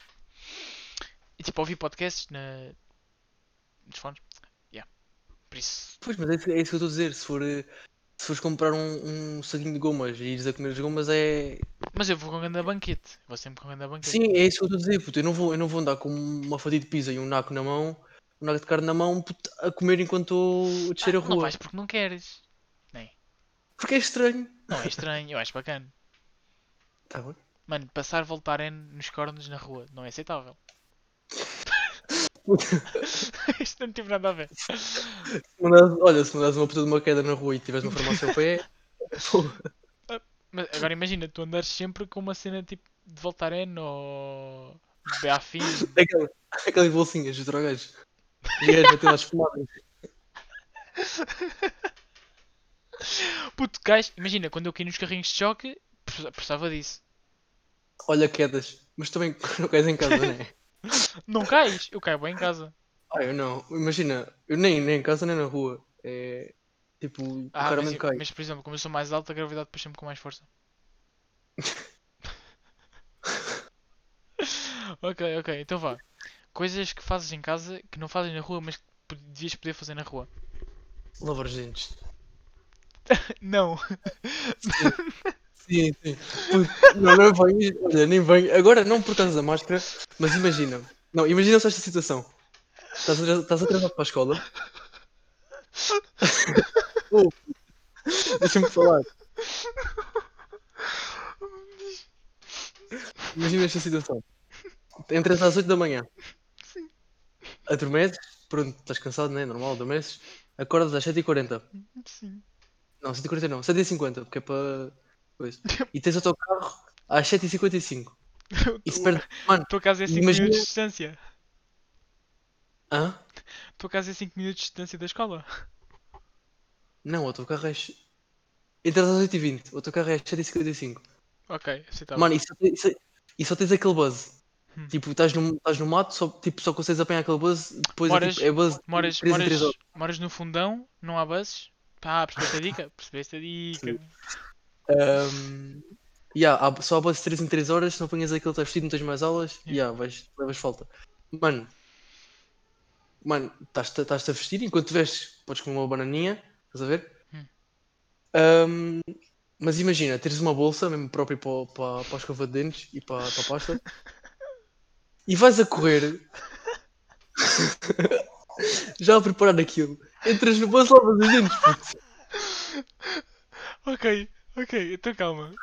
Speaker 1: E tipo, ouvir podcasts na... nos fones. Yeah. Por isso,
Speaker 2: Pois, mas é isso, é isso que eu estou a dizer. Se for. eh, Se fores comprar um, um saquinho de gomas e ires a comer as gomas, é.
Speaker 1: Mas eu vou com um grande banquete. Vou sempre com um grande banquete.
Speaker 2: Sim, é isso que eu estou a dizer, puto. Eu não vou, eu não vou andar com uma fatia de pizza e um naco na mão, um naco de carne na mão, puto, a comer enquanto estou a
Speaker 1: Ah,
Speaker 2: descer a
Speaker 1: Não
Speaker 2: rua.
Speaker 1: vais porque não queres.
Speaker 2: Porque é estranho.
Speaker 1: Não é estranho, eu acho bacana.
Speaker 2: Tá bom.
Speaker 1: Mano, passar Voltaren nos cornos na rua não é aceitável. Isto não tive nada a ver.
Speaker 2: Se mandares- olha, se mandares uma puta de uma queda na rua e tiveres uma farmácia ao pé,
Speaker 1: Mas agora imagina, tu andares sempre com uma cena tipo de Voltaren ou. Beafim.
Speaker 2: Aquela- Aquelas bolsinhas de drogas. E és até às fumadas.
Speaker 1: Puto, gajo, imagina, quando eu caí nos carrinhos de choque, presa- precisava disso.
Speaker 2: Olha, quedas. Mas também não cais em casa, não é?
Speaker 1: Não cais, eu caio bem em casa.
Speaker 2: Ah, eu não. Imagina, eu nem, nem em casa nem na rua. É. Tipo, o
Speaker 1: Ah,
Speaker 2: cara
Speaker 1: mas,
Speaker 2: mesmo cai.
Speaker 1: mas por exemplo, como eu sou mais alto, a gravidade puxa-me com mais força. ok, ok, então vá. Coisas que fazes em casa que não fazes na rua, mas que po- devias poder fazer na rua.
Speaker 2: Lavar os dentes.
Speaker 1: Não.
Speaker 2: Sim, sim. Puto, Não, não venhas. Olha, nem venho. Agora não por causa da máscara, mas imagina. Não, imagina só esta situação. Estás atras- estás atrasado para a escola. Oh, Deixa-me falar. Imagina esta situação. Entras às 8 da manhã. Adormeces, Pronto, estás cansado, não é? Normal, adormeces. Acordas às 7h40.
Speaker 1: Sim.
Speaker 2: Não, 7h40 não, 7h50, porque é para. coisa. E tens autocarro às 7h55. Isso perde. Mano,
Speaker 1: Tua casa é 5
Speaker 2: Imagina-
Speaker 1: minutos de distância.
Speaker 2: hã?
Speaker 1: Tua casa é 5 minutos de distância da escola.
Speaker 2: Não, o autocarro é. às- Entras às 8h20, o autocarro é às 7h55.
Speaker 1: Ok, aceitável.
Speaker 2: Mano, e só, tens- e só- e só tens aquele buzz.
Speaker 1: Tá Hum.
Speaker 2: Tipo, estás no, estás no mato, só, tipo, só consegues apanhar aquele buzz, depois é,
Speaker 1: Moras-
Speaker 2: tipo, é buzz de
Speaker 1: Moras,
Speaker 2: 3 em 3
Speaker 1: moras,
Speaker 2: horas.
Speaker 1: moras no fundão, não há buses. Pá, percebeste a dica? Percebeste a dica.
Speaker 2: Ahm, yeah, há- só há buzz de 3 em 3 horas, se não apanhas aquele, estás vestido, não tens mais aulas,
Speaker 1: Yeah.
Speaker 2: yeah, vais, levas falta. Mano, mano, estás-te estás-te a vestir, enquanto te vestes, podes comer uma bananinha, estás a ver?
Speaker 1: Hum.
Speaker 2: Ahm, mas imagina, teres uma bolsa, mesmo própria para, para, para a escova de dentes e para, para a pasta, e vais a correr, já a preparar aquilo, entras no bolso, lavas os dentes, puto.
Speaker 1: Ok, ok, então calma.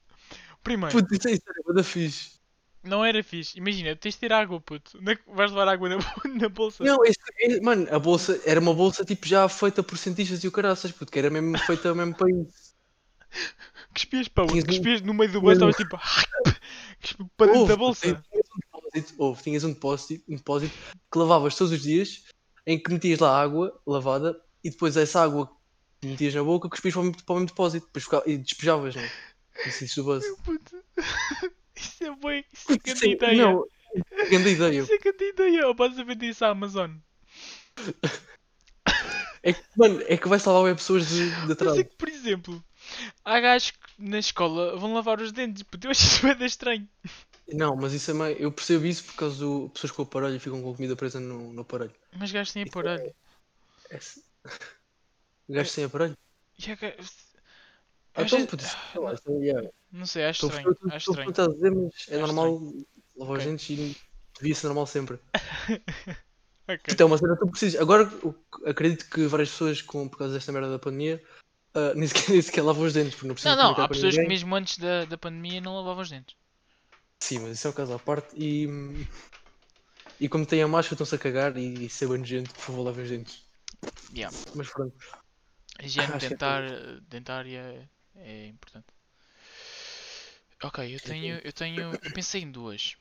Speaker 1: Primeiro,
Speaker 2: puto, isso é isso, é bué da fixe.
Speaker 1: não era fixe. Imagina, tens de ter água, puto. Na- Vais levar água na, bo- na bolsa.
Speaker 2: Não, esse- é- mano, a bolsa era uma bolsa tipo já feita por cientistas e o caraças, puto, que era mesmo feita mesmo para isso.
Speaker 1: Cuspias pão,
Speaker 2: Tinhas um-
Speaker 1: cuspias no meio do banho, estavas tipo. cuspi para dentro
Speaker 2: Houve,
Speaker 1: da
Speaker 2: puto,
Speaker 1: bolsa.
Speaker 2: Tinhas um depósito, houve, tinhas um depósito, um depósito que lavavas todos os dias, em que metias lá água lavada e depois essa água que metias na boca cuspias para o mesmo, para o mesmo depósito depois ficava, e despejavas, não é? Isso, isso do buzz.
Speaker 1: Puto. Isso é bem. Isso é grande
Speaker 2: Sim,
Speaker 1: ideia.
Speaker 2: Não, grande ideia.
Speaker 1: Isso é grande ideia. Ou vais a vender isso à Amazon.
Speaker 2: É que, mano, é que vai salvar bem pessoas de, de
Speaker 1: Mas
Speaker 2: atrás.
Speaker 1: é que, por exemplo, há gajos que na escola vão lavar os dentes. Puto, eu acho isso bem estranho.
Speaker 2: Não, mas isso é meio. Eu percebo isso por causa de pessoas com aparelho ficam com a comida presa no, no aparelho.
Speaker 1: Mas gajos têm
Speaker 2: Isso é-
Speaker 1: aparelho.
Speaker 2: Esse... Gajo sem aparelho?
Speaker 1: E há gajos.
Speaker 2: Ah,
Speaker 1: acho-
Speaker 2: então, puto, isso- sei lá, isso é- yeah. Então,
Speaker 1: Não sei, acho
Speaker 2: Estou a perceber
Speaker 1: estranho.
Speaker 2: o que-
Speaker 1: Acho
Speaker 2: estou a perceber o
Speaker 1: estranho.
Speaker 2: que estás a dizer, mas é
Speaker 1: Acho
Speaker 2: normal lavar os
Speaker 1: Ok.
Speaker 2: dentes e devia ser normal sempre.
Speaker 1: Ok.
Speaker 2: Então, mas era tu precisas. Agora, o que- acredito que várias pessoas, com, por causa desta merda da pandemia, ah, nem, sequer, nem sequer lavam os dentes, porque
Speaker 1: Não,
Speaker 2: não precisam
Speaker 1: não,
Speaker 2: comunicar
Speaker 1: há
Speaker 2: com
Speaker 1: pessoas que
Speaker 2: ninguém.
Speaker 1: mesmo antes da, da pandemia não lavavam os dentes.
Speaker 2: Sim, mas isso é um caso à parte. E, hum, e como têm a máscara, estão-se a cagar e, e sabem gente, por favor, lavem os dentes.
Speaker 1: Yeah.
Speaker 2: Mas pronto.
Speaker 1: Higiene
Speaker 2: Acho que é
Speaker 1: dentar, eh, dentária é importante. Ok, eu tenho, eu tenho, eu pensei em duas,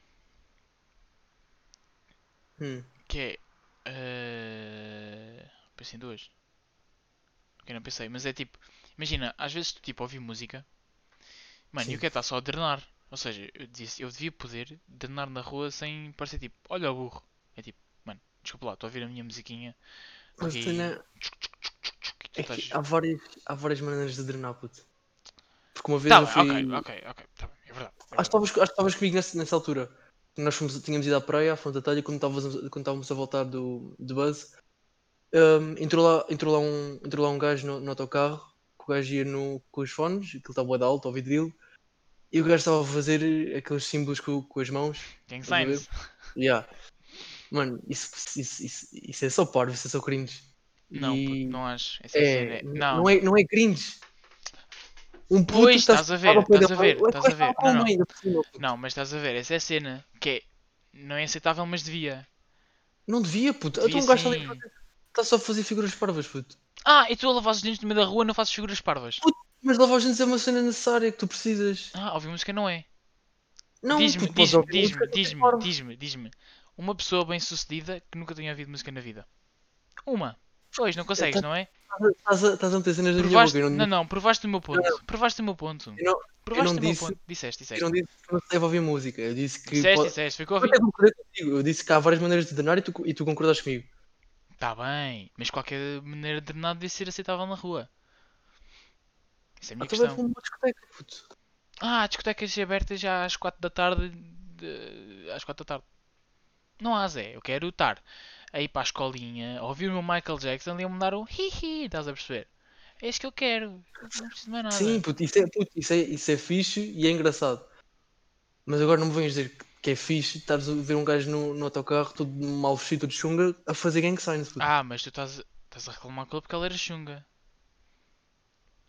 Speaker 2: Hum.
Speaker 1: que é, eh, pensei em duas, ok, não pensei, mas é tipo, imagina, às vezes tu tipo ouvi música, mano, e
Speaker 2: Sim.
Speaker 1: eu quero estar tá só a drenar, ou seja, eu, disse, eu devia poder drenar na rua sem parecer tipo, olha o burro, é tipo, mano, desculpa lá, estou a ouvir a minha musiquinha,
Speaker 2: Mas
Speaker 1: Ok.
Speaker 2: tu não-
Speaker 1: que tu
Speaker 2: é que
Speaker 1: estás...
Speaker 2: há várias, há várias maneiras de drenar, puto. Porque uma vez
Speaker 1: Tá
Speaker 2: eu
Speaker 1: bem,
Speaker 2: fui.
Speaker 1: ok, ok, ok, tá bem, é verdade, é
Speaker 2: Acho
Speaker 1: verdade.
Speaker 2: que estavas- acho que estavas comigo nessa, nessa altura. Nós fomos, tínhamos ido à praia, à Fonte da Telha, e quando, estávamos a- quando estávamos a voltar do, do bus, hum, entrou, lá, entrou, lá um, entrou lá um gajo no, no autocarro, que o gajo ia no, com os fones, aquilo estava bué de alto, ao vidril, e o gajo estava a fazer aqueles símbolos com, com as mãos.
Speaker 1: Gang
Speaker 2: Estás a ver?
Speaker 1: signs.
Speaker 2: Yeah. Mano, isso, isso, isso, isso é só parvo, isso é só cringe.
Speaker 1: Não, puto,
Speaker 2: E
Speaker 1: não acho. Essa
Speaker 2: é,
Speaker 1: cena
Speaker 2: n-
Speaker 1: não.
Speaker 2: não é, não é cringe. Um puto
Speaker 1: Pois,
Speaker 2: está
Speaker 1: estás a
Speaker 2: sentado
Speaker 1: ver,
Speaker 2: ao pé da
Speaker 1: estás a
Speaker 2: mãe-
Speaker 1: ver,
Speaker 2: Ué,
Speaker 1: estás
Speaker 2: pois,
Speaker 1: a ver.
Speaker 2: está com a
Speaker 1: Não, não.
Speaker 2: mãe, ainda por cima, puto.
Speaker 1: Não, mas estás a ver, essa é a cena que é. Não é aceitável, mas devia.
Speaker 2: Não devia, puto.
Speaker 1: Devia
Speaker 2: Então um gajo está ali
Speaker 1: sim.
Speaker 2: a fazer- está só a fazer figuras parvas, puto.
Speaker 1: Ah, e tu a lavar os dentes no meio da rua não fazes figuras parvas.
Speaker 2: Mas lavar os dentes é uma cena necessária que tu precisas.
Speaker 1: Ah, ouvir música não é.
Speaker 2: Não,
Speaker 1: Diz-me,
Speaker 2: puto, podes
Speaker 1: diz-me,
Speaker 2: ouvir
Speaker 1: diz-me,
Speaker 2: música que tens
Speaker 1: diz-me,
Speaker 2: parvo.
Speaker 1: diz-me, diz-me. Uma pessoa bem sucedida que nunca tenha ouvido música na vida. Uma. Pois, não consegues, não é?
Speaker 2: Estás a- Estás a meter cenas na minha
Speaker 1: Provaste.
Speaker 2: boca. Eu
Speaker 1: Não,
Speaker 2: não,
Speaker 1: não, provaste o meu ponto. Provaste o meu ponto.
Speaker 2: Eu não- eu
Speaker 1: Provaste o meu
Speaker 2: disse-
Speaker 1: ponto. Disseste,
Speaker 2: eu
Speaker 1: disseste.
Speaker 2: não disse que não se deve ouvir música. Eu disse que.
Speaker 1: Disseste,
Speaker 2: pode-
Speaker 1: disseste. Foi o que eu
Speaker 2: Eu
Speaker 1: ouvi.
Speaker 2: até concordei contigo. Eu disse que há várias maneiras de danar e tu, e tu concordaste comigo.
Speaker 1: Tá bem, mas qualquer maneira de drenar devia ser aceitável na rua. Isso é a minha
Speaker 2: Ah, tu vais
Speaker 1: questão.
Speaker 2: para uma discoteca, puto.
Speaker 1: Ah, discotecas abertas já às 4 da tarde. de- Às 4 da tarde. Não há, Zé. Eu quero estar a ir para a escolinha, a ouvir o meu Michael Jackson e a mudar o hi-hi. Estás a perceber? É isso que eu quero. Não preciso de mais nada.
Speaker 2: Sim, puto, isso é, puto, isso, é, isso é fixe e é engraçado. Mas agora não me venhas dizer que é fixe estares a ver um gajo no, no autocarro, todo mal vestido, todo chunga, a fazer gang signs, puto.
Speaker 1: Ah, mas tu estás, estás a reclamar com ele porque ele era chunga.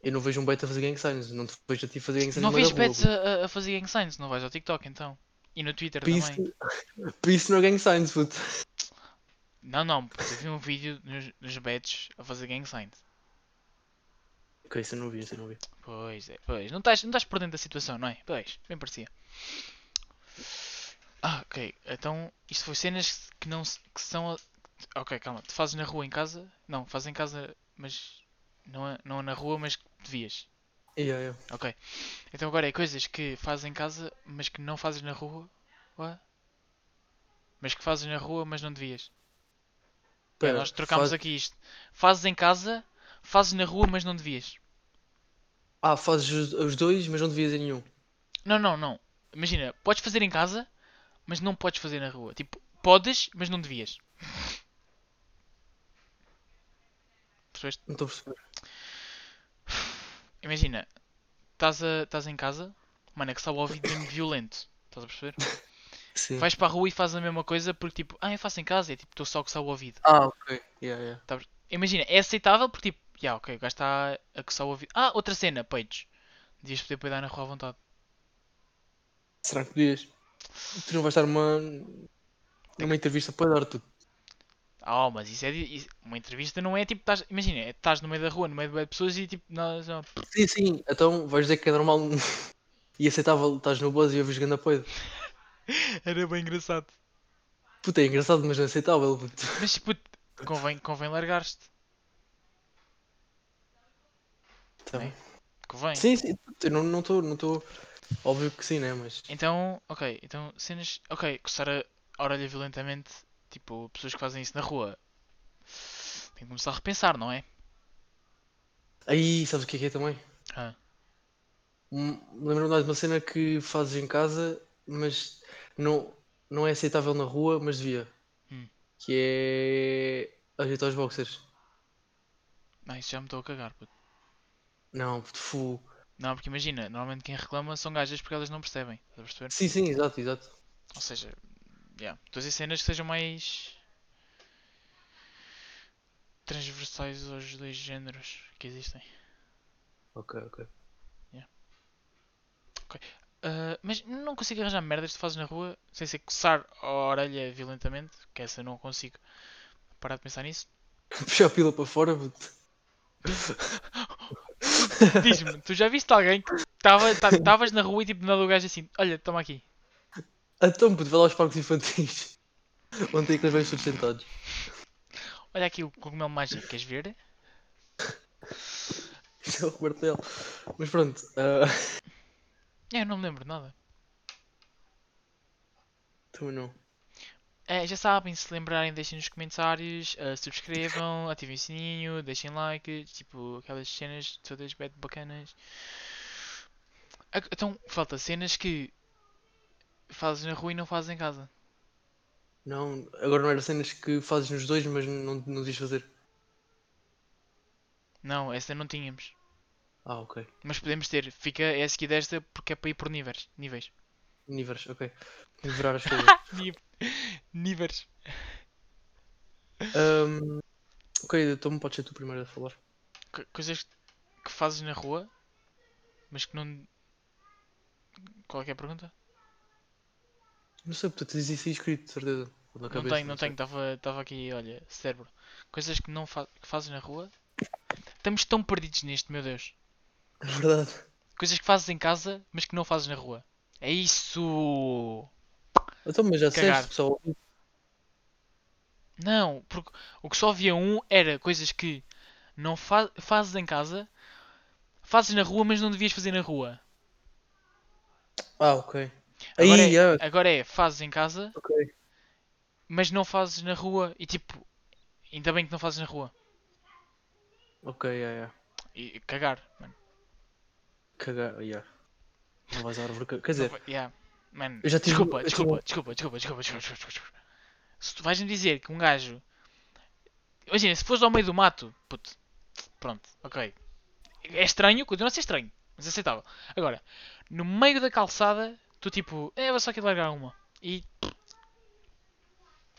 Speaker 2: Eu não vejo um beta fazer gang signs, não te vejo a ti fazer gang signs
Speaker 1: Não
Speaker 2: no meio
Speaker 1: vês
Speaker 2: da rua,
Speaker 1: pets a, a- a fazer gang signs, não vais ao TikTok então. E no Twitter
Speaker 2: puto. Por
Speaker 1: também.
Speaker 2: isso, por isso não é gang signs, puto.
Speaker 1: Não, não, porque eu vi um vídeo nos, nos bets a fazer gang sign.
Speaker 2: Ok, isso eu não vi, isso eu não vi.
Speaker 1: Pois é, pois. Não estás, não estás por dentro da situação, não é? Pois, bem parecia. Ah, ok. Então, isto foi cenas que não se- que são. a- Ok, calma. Tu fazes na rua em casa? Não, fazes em casa, mas. Não é, não é na rua, mas que devias.
Speaker 2: Yeah, yeah.
Speaker 1: Ok. Então agora é coisas que fazes em casa, mas que não fazes na rua. Ué? Mas que fazes na rua, mas não devias. Pera,
Speaker 2: Pera,
Speaker 1: É, nós trocámos
Speaker 2: faz-
Speaker 1: aqui isto. Fazes em casa, fazes na rua, mas não devias.
Speaker 2: Ah, fazes os, os dois, mas não devias em nenhum.
Speaker 1: Não, não, não. Imagina, podes fazer em casa, mas não podes fazer na rua. Tipo, podes, mas não devias. Percebeste?
Speaker 2: Não estou a perceber.
Speaker 1: Imagina, estás a- estás em casa, mano, é que sabe ao ouvido mesmo violento. Estás a perceber?
Speaker 2: Sim.
Speaker 1: Vais para a rua e fazes a mesma coisa porque tipo, ah, eu faço em casa, é tipo, estou só a coçar o ouvido.
Speaker 2: Ah, ok. Yeah, yeah.
Speaker 1: Imagina, é aceitável porque tipo, já, ok, o gajo está a coçar o ouvido. Ah, outra cena, peitos. Devias poder peidar na rua à vontade.
Speaker 2: Será que podias? Tu não vais estar numa,
Speaker 1: É
Speaker 2: numa entrevista para dar tudo.
Speaker 1: Ah, mas isso é. di- isso- uma entrevista não é tipo. Estás, imagina, é- estás no meio da rua, no meio de bué de pessoas e tipo. Não, não,
Speaker 2: Sim, sim. Então vais dizer que é normal e aceitável. Estás no buzz e ouves grande apoio.
Speaker 1: Era bem engraçado.
Speaker 2: Puta, é engraçado, mas não é aceitável. puto.
Speaker 1: Mas tipo, convém, convém largar-te.
Speaker 2: Tá bem.
Speaker 1: Convém.
Speaker 2: Sim, sim. puto, Eu não estou. Não estou. Óbvio que sim, né? Mas.
Speaker 1: Então, ok, então cenas. Ok, coçar a a orelha violentamente. Tipo, pessoas que fazem isso na rua. Tem que começar a repensar, não é?
Speaker 2: Aí, sabes o que é que é também?
Speaker 1: Ah.
Speaker 2: Hum, Lembro-me lá de uma cena que fazes em casa, mas não, não é aceitável na rua, mas devia.
Speaker 1: Hum.
Speaker 2: Que é ajeitar os boxers.
Speaker 1: Não, Ah, isso já me estou a cagar, puto.
Speaker 2: Não, puto, fu.
Speaker 1: Não, porque imagina, normalmente quem reclama são gajas porque elas não percebem. Estás a perceber?
Speaker 2: Sim, sim, exato, exato.
Speaker 1: Ou seja, yeah, estou a dizer cenas que sejam mais transversais aos dois géneros que existem.
Speaker 2: Ok, ok.
Speaker 1: Ah, mas não consigo arranjar merdas que tu fazes na rua sem ser coçar a orelha violentamente, que essa eu não consigo parar de pensar nisso.
Speaker 2: Puxar a pila para fora, puto.
Speaker 1: Diz-me, tu já viste alguém que estavas na rua e tipo nada o gajo assim, olha, toma aqui.
Speaker 2: Então, puto, vai lá aos parques infantis. Onde tem aqueles velhos todos sentados.
Speaker 1: Olha aqui o cogumelo mágico, queres ver?
Speaker 2: Isso é o Roberto Leal. Mas pronto. ah,
Speaker 1: É, eu não me lembro de nada.
Speaker 2: também não.
Speaker 1: É, já sabem, se lembrarem, deixem nos comentários, ah, subscrevam, ativem o sininho, deixem like, tipo, aquelas cenas todas bad bacanas. Ah, Então, falta cenas que fazes na rua e não fazes em casa.
Speaker 2: Não, agora não era cenas que fazes nos dois, mas não, não devias fazer.
Speaker 1: Não, essa não tínhamos.
Speaker 2: Ah, ok.
Speaker 1: Mas podemos ter, fica essa aqui desta porque é para ir por níveis. Níveis.
Speaker 2: Níveis, ok. Nivelar as coisas.
Speaker 1: níveis.
Speaker 2: Ahm, ok, então podes ser tu primeiro a falar.
Speaker 1: Co- coisas que fazes na rua, mas que não. Qual é que é a pergunta?
Speaker 2: Não sei, porque tu tens isso aí escrito, de certeza. Ou
Speaker 1: Não
Speaker 2: na cabeça,
Speaker 1: tenho, não
Speaker 2: sei.
Speaker 1: tenho, estava aqui, olha, cérebro. Coisas que não fa que fazes na rua. Estamos tão perdidos nisto, meu Deus.
Speaker 2: É verdade.
Speaker 1: Coisas que fazes em casa, mas que não fazes na rua. É isso!
Speaker 2: Então, mas já
Speaker 1: Cagar.
Speaker 2: disseste, pessoal.
Speaker 1: Não, porque o que só havia um era coisas que não fa fazes em casa, fazes na rua, mas não devias fazer na rua.
Speaker 2: Ah, ok. Aí,
Speaker 1: Agora, é,
Speaker 2: ah,
Speaker 1: agora é, fazes em casa,
Speaker 2: ok.
Speaker 1: mas não fazes na rua. E tipo, ainda bem que não fazes na rua.
Speaker 2: Ok, yeah, yeah.
Speaker 1: E e cagar, mano.
Speaker 2: Cagar, yeah. Não vais à árvore. ca- Quer dizer,
Speaker 1: Yeah. Mano,
Speaker 2: Eu já tive-
Speaker 1: desculpa,
Speaker 2: eu
Speaker 1: desculpa,
Speaker 2: tive-
Speaker 1: desculpa, desculpa, desculpa, desculpa, desculpa, desculpa. Se tu vais-me dizer que um gajo. Imagina, se fores ao meio do mato, puto. Pronto, ok. É estranho, continua a ser estranho, mas é aceitável. Agora, no meio da calçada, tu tipo, é, vou só aqui largar uma. E.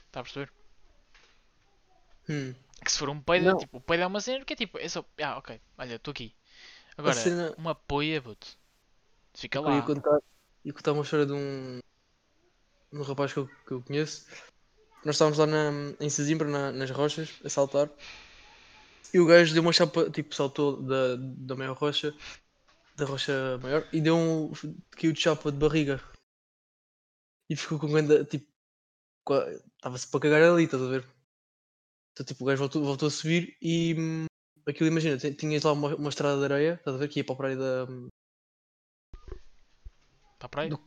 Speaker 1: Está a perceber?
Speaker 2: hum,
Speaker 1: Que se for um peido,
Speaker 2: Não.
Speaker 1: tipo, o peido é uma cena que é tipo, é só. Ah, ok, olha, estou aqui. Agora,
Speaker 2: cena-
Speaker 1: uma poia, puto. Fica
Speaker 2: eu
Speaker 1: lá.
Speaker 2: ia tá contar, ia contar uma história de um, um rapaz que eu, que eu conheço Nós estávamos lá na, em Sesimbra, na- nas rochas, a saltar. E o gajo deu uma chapa, tipo, saltou da, da maior rocha, da rocha maior, e deu um. caiu de chapa de barriga. E ficou com grande. tipo. qua- estava-se para cagar ali, estás a ver? Então, tipo, o gajo voltou, voltou a subir e. hum, aquilo, imagina, ti- tinhas lá uma, uma estrada de areia, estás a ver? Que ia para a praia da.
Speaker 1: Está tá para aí?
Speaker 2: Do-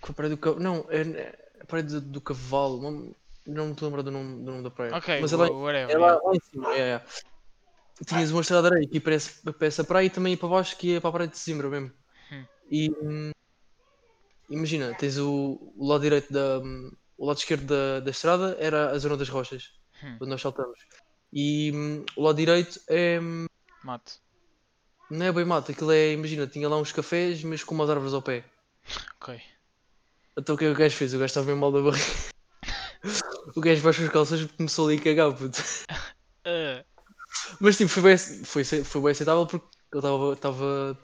Speaker 2: para a praia do. Ca- não, é, é a praia do, do Cavalo, não, não me estou a lembrar do nome, do nome da praia.
Speaker 1: Ok, Mas
Speaker 2: mas ela
Speaker 1: whatever.
Speaker 2: É lá,
Speaker 1: yeah.
Speaker 2: lá em cima, é, é. Tinhas uma estrada de areia que ia para essa, para essa praia e também ia para baixo que ia para a praia de Sesimbra mesmo.
Speaker 1: Hum.
Speaker 2: E hum, imagina, tens o, o lado direito da. hum, O lado esquerdo da, da estrada era a zona das rochas,
Speaker 1: Hum.
Speaker 2: onde nós saltamos. E hum, o lado direito é. hum,
Speaker 1: Mato.
Speaker 2: Não é bem mato, aquilo é. Imagina, tinha lá uns cafés, mas com umas árvores ao pé.
Speaker 1: Ok.
Speaker 2: Então o que é que o gajo fez? O gajo estava bem mal da barriga. o gajo baixou os calções e começou ali a cagar, puto.
Speaker 1: Ah,
Speaker 2: Mas tipo, foi bem, foi, ace- foi bem aceitável porque ele estava. Estava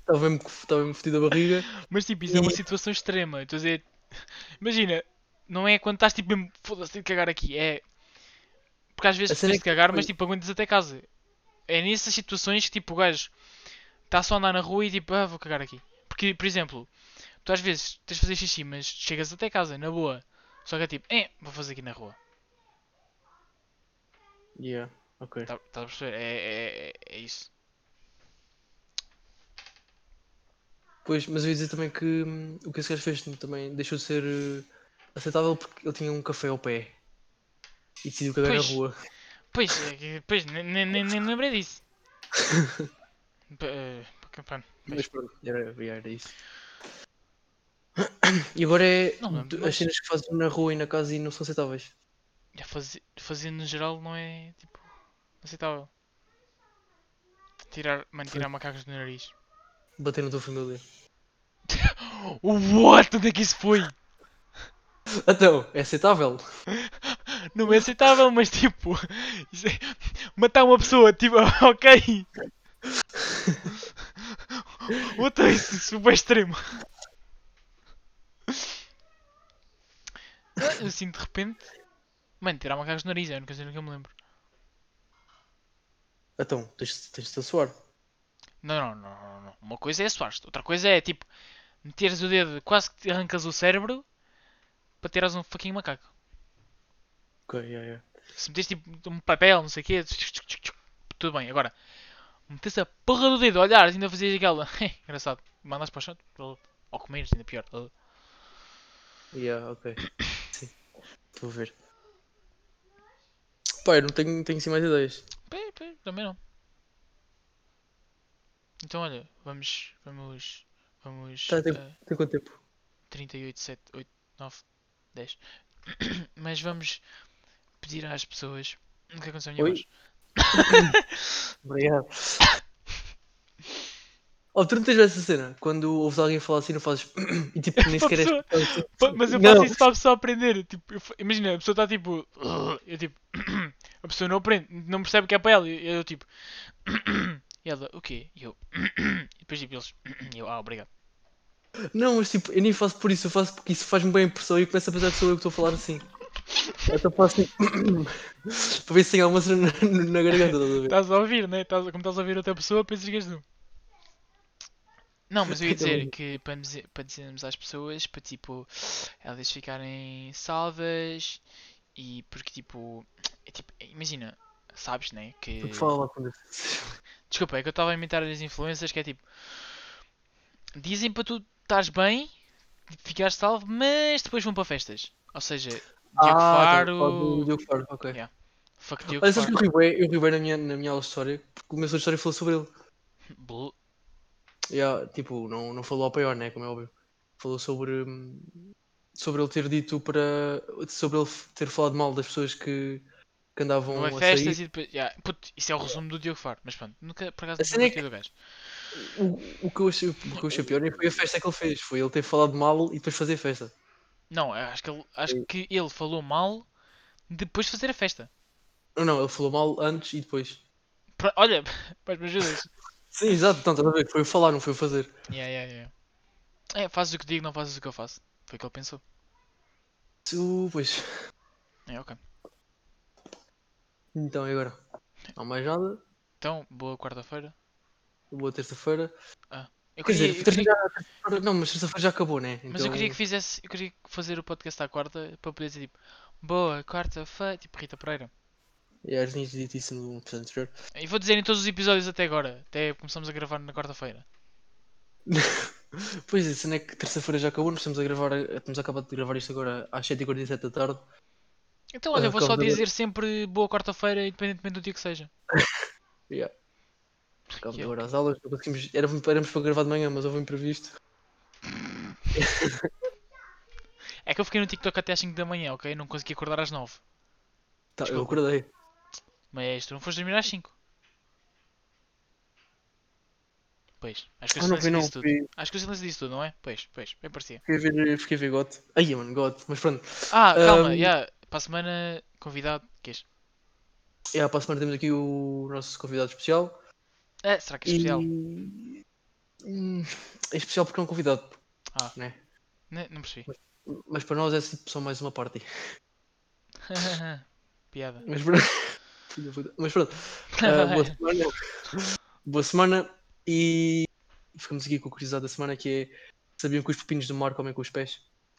Speaker 2: estava mesmo, estava mesmo fodido a barriga.
Speaker 1: mas tipo, isso é uma situação extrema. Estou a dizer. Imagina, não é quando estás tipo mesmo. Foda-se, tenho de cagar aqui. É. Porque às
Speaker 2: A
Speaker 1: vezes
Speaker 2: cena
Speaker 1: tens
Speaker 2: é
Speaker 1: de cagar, mas tipo, aguentas até casa. É nessas situações que tipo o gajo está só a andar na rua e tipo, ah, vou cagar aqui. Porque, por exemplo, tu às vezes tens de fazer xixi, mas chegas até casa, na boa. Só que é tipo, eh, vou fazer aqui na rua.
Speaker 2: Yeah, ok.
Speaker 1: Estás Tá, a perceber? É, é, é, é isso.
Speaker 2: Pois, mas eu ia dizer também que hum, o que esse gajo fez também deixou de ser eh, aceitável porque ele tinha um café ao pé e decidiu cagar
Speaker 1: Pois.
Speaker 2: na rua.
Speaker 1: Pois, é que- pois, nem, nem, nem nem lembrei disso. P- eh, porque, pá, Pois.
Speaker 2: Mas pronto, era, era isso. E agora é
Speaker 1: Não, mano,
Speaker 2: tu-
Speaker 1: mas-
Speaker 2: as cenas que fazes na rua e na casa e não são aceitáveis.
Speaker 1: já fazer, É, fazer no geral não é tipo aceitável. Tirar, mano, tirar macacos do nariz.
Speaker 2: Bater na tua família.
Speaker 1: What? Onde é que isso foi?
Speaker 2: Então, é aceitável?
Speaker 1: Não é aceitável, mas tipo, isso é- matar uma pessoa, tipo, ok. Outra, isso, super extremo. Ah, Assim, de repente, mano, tirar macacos do nariz é a única coisa que eu me lembro.
Speaker 2: Então, tens, tens de te suar.
Speaker 1: Não, não, não, não, não. Uma coisa é suar outra coisa é tipo meteres o dedo, quase que te arrancas o cérebro para tirares um fucking macaco.
Speaker 2: Ok, yeah, yeah.
Speaker 1: Se meteres tipo um papel, não sei o quê, tudo bem. Agora, metes a porra do dedo, olhares, ainda fazias aquela. Engraçado, mandas para o chão, ou comeres, ainda pior.
Speaker 2: Yeah, ok. Sim. Estou a ver. Pá, eu não tenho, tenho assim mais ideias.
Speaker 1: Pé, pé, também não. Então, olha, vamos, vamos, vamos.
Speaker 2: Tá, tem-
Speaker 1: eh,
Speaker 2: Tem quanto tempo?
Speaker 1: 38, 7, 8, 9, 10. Mas vamos pedir às pessoas. O que aconteceu à minha
Speaker 2: Oi?
Speaker 1: voz?
Speaker 2: Obrigado. Oh, tu não tens essa cena? Quando ouves alguém falar assim, não fazes. e tipo, nem sequer és. tipo,
Speaker 1: pessoa- Pa- Mas eu
Speaker 2: Não.
Speaker 1: faço isso para a pessoa aprender. Tipo, eu fa- imagina, a pessoa está tipo. Eu tipo. A pessoa não aprende, não percebe o que é para ela. E Eu, tipo. E ela, o quê? E eu. E depois tipo, eles. E eu, ah, obrigado.
Speaker 2: Não, mas tipo, eu nem faço por isso, eu faço porque isso faz-me bem a impressão e eu começo a pensar que sou eu que estou a falar assim. Então faço tipo. para ver se tem alguma cena na, na garganta, estás a ver?
Speaker 1: Estás a ouvir, né? Estás, como estás a ouvir outra pessoa, pensas que és tu. Não, mas eu ia dizer que para, dizer- para dizermos às pessoas, para tipo, elas ficarem salvas e porque tipo, é tipo, imagina, sabes, né? Que.
Speaker 2: Porque fala lá quando.
Speaker 1: Desculpa, é que eu estava a imitar as influências que é tipo. Dizem para tu estás bem, ficar salvo, mas depois vão para festas. Ou seja, Diogo
Speaker 2: Ah, tá,
Speaker 1: Faro.
Speaker 2: fala do Diogo Faro, ok.
Speaker 1: Fuck Diogo
Speaker 2: Olha, sabes
Speaker 1: Faro.
Speaker 2: que eu ri bué- eu ri bem na minha, na minha aula de história, porque o meu professor de história falou sobre ele.
Speaker 1: Blu-
Speaker 2: Yeah, tipo, não, não falou ao pior, né? Como é óbvio. Falou sobre. hum, Sobre ele ter dito para. Sobre ele f- ter falado mal das pessoas que, que andavam
Speaker 1: Não é
Speaker 2: a
Speaker 1: festas
Speaker 2: sair.
Speaker 1: e depois. Yeah, puto, isso é o resumo do Diogo Faro, mas pronto, nunca por acaso nunca
Speaker 2: A cena é
Speaker 1: gostei do gajo.
Speaker 2: O, o, que eu achei, o que eu achei pior nem foi a festa que ele fez, foi ele ter falado mal e depois fazer festa.
Speaker 1: Não, eu acho que, ele, acho que ele falou mal depois de fazer a festa.
Speaker 2: Não, não, ele falou mal antes e depois.
Speaker 1: Pro- Olha, mas me ajudas.
Speaker 2: Sim, exato, então, estás a ver? Foi o falar, não foi o fazer.
Speaker 1: Yeah, yeah, yeah. É, fazes o que digo, não fazes o que eu faço. Foi o que ele pensou.
Speaker 2: Tu, pois.
Speaker 1: É, ok.
Speaker 2: Então, e agora? Não há mais nada.
Speaker 1: Então, boa quarta-feira.
Speaker 2: Boa terça-feira.
Speaker 1: Eu
Speaker 2: Quer
Speaker 1: queria,
Speaker 2: dizer,
Speaker 1: eu
Speaker 2: terça
Speaker 1: queria-
Speaker 2: já, terça-feira- não, mas terça-feira já acabou, né?
Speaker 1: mas eu queria que fizesse, eu queria fazer o podcast à quarta para poder dizer tipo, boa quarta-feira, tipo Rita Pereira.
Speaker 2: É, eu tinha dito isso no portanto, anterior.
Speaker 1: E vou dizer em todos os episódios até agora, até começamos a gravar na quarta-feira.
Speaker 2: Pois é, a cena é que terça-feira já acabou, nós estamos a gravar, estamos a acabar de gravar isto agora às 7h47 da tarde.
Speaker 1: Então, olha,
Speaker 2: Ah,
Speaker 1: vou só
Speaker 2: calma,
Speaker 1: dizer sempre boa quarta-feira, independentemente do dia que seja.
Speaker 2: Yeah. Acabo
Speaker 1: Que é
Speaker 2: agora as aulas, não conseguimos, éramos, éramos para gravar de manhã, mas houve um imprevisto.
Speaker 1: É que eu fiquei no TikTok até às 5 da manhã, ok? Não consegui acordar às 9.
Speaker 2: Tá, eu
Speaker 1: Desculpa.
Speaker 2: acordei.
Speaker 1: Mas tu não foste dormir às 5. Pois, acho que o
Speaker 2: Ah, não
Speaker 1: silêncio
Speaker 2: fui, não
Speaker 1: disse tudo.
Speaker 2: fui.
Speaker 1: Acho que o silêncio disse tudo, não é? Pois, pois, bem parecia.
Speaker 2: Fiquei a ver, fiquei a ver GOT. Aí, mano, GOT. Mas pronto,
Speaker 1: Ah, calma,
Speaker 2: Ahm.
Speaker 1: yeah, para a semana, convidado, é queres?
Speaker 2: yeah, é, para a semana temos aqui o nosso convidado especial.
Speaker 1: Ah, será que é especial?
Speaker 2: E... Hum, É especial porque é um convidado.
Speaker 1: Ah.
Speaker 2: Né?
Speaker 1: Não, não percebi.
Speaker 2: Mas para nós é tipo só mais uma party.
Speaker 1: Piada.
Speaker 2: Mas pronto. Filho da puta. Mas pronto. Ah, boa semana. Boa semana. E ficamos aqui com a curiosidade da semana que é. Sabiam que os pepinos do mar comem com os pés?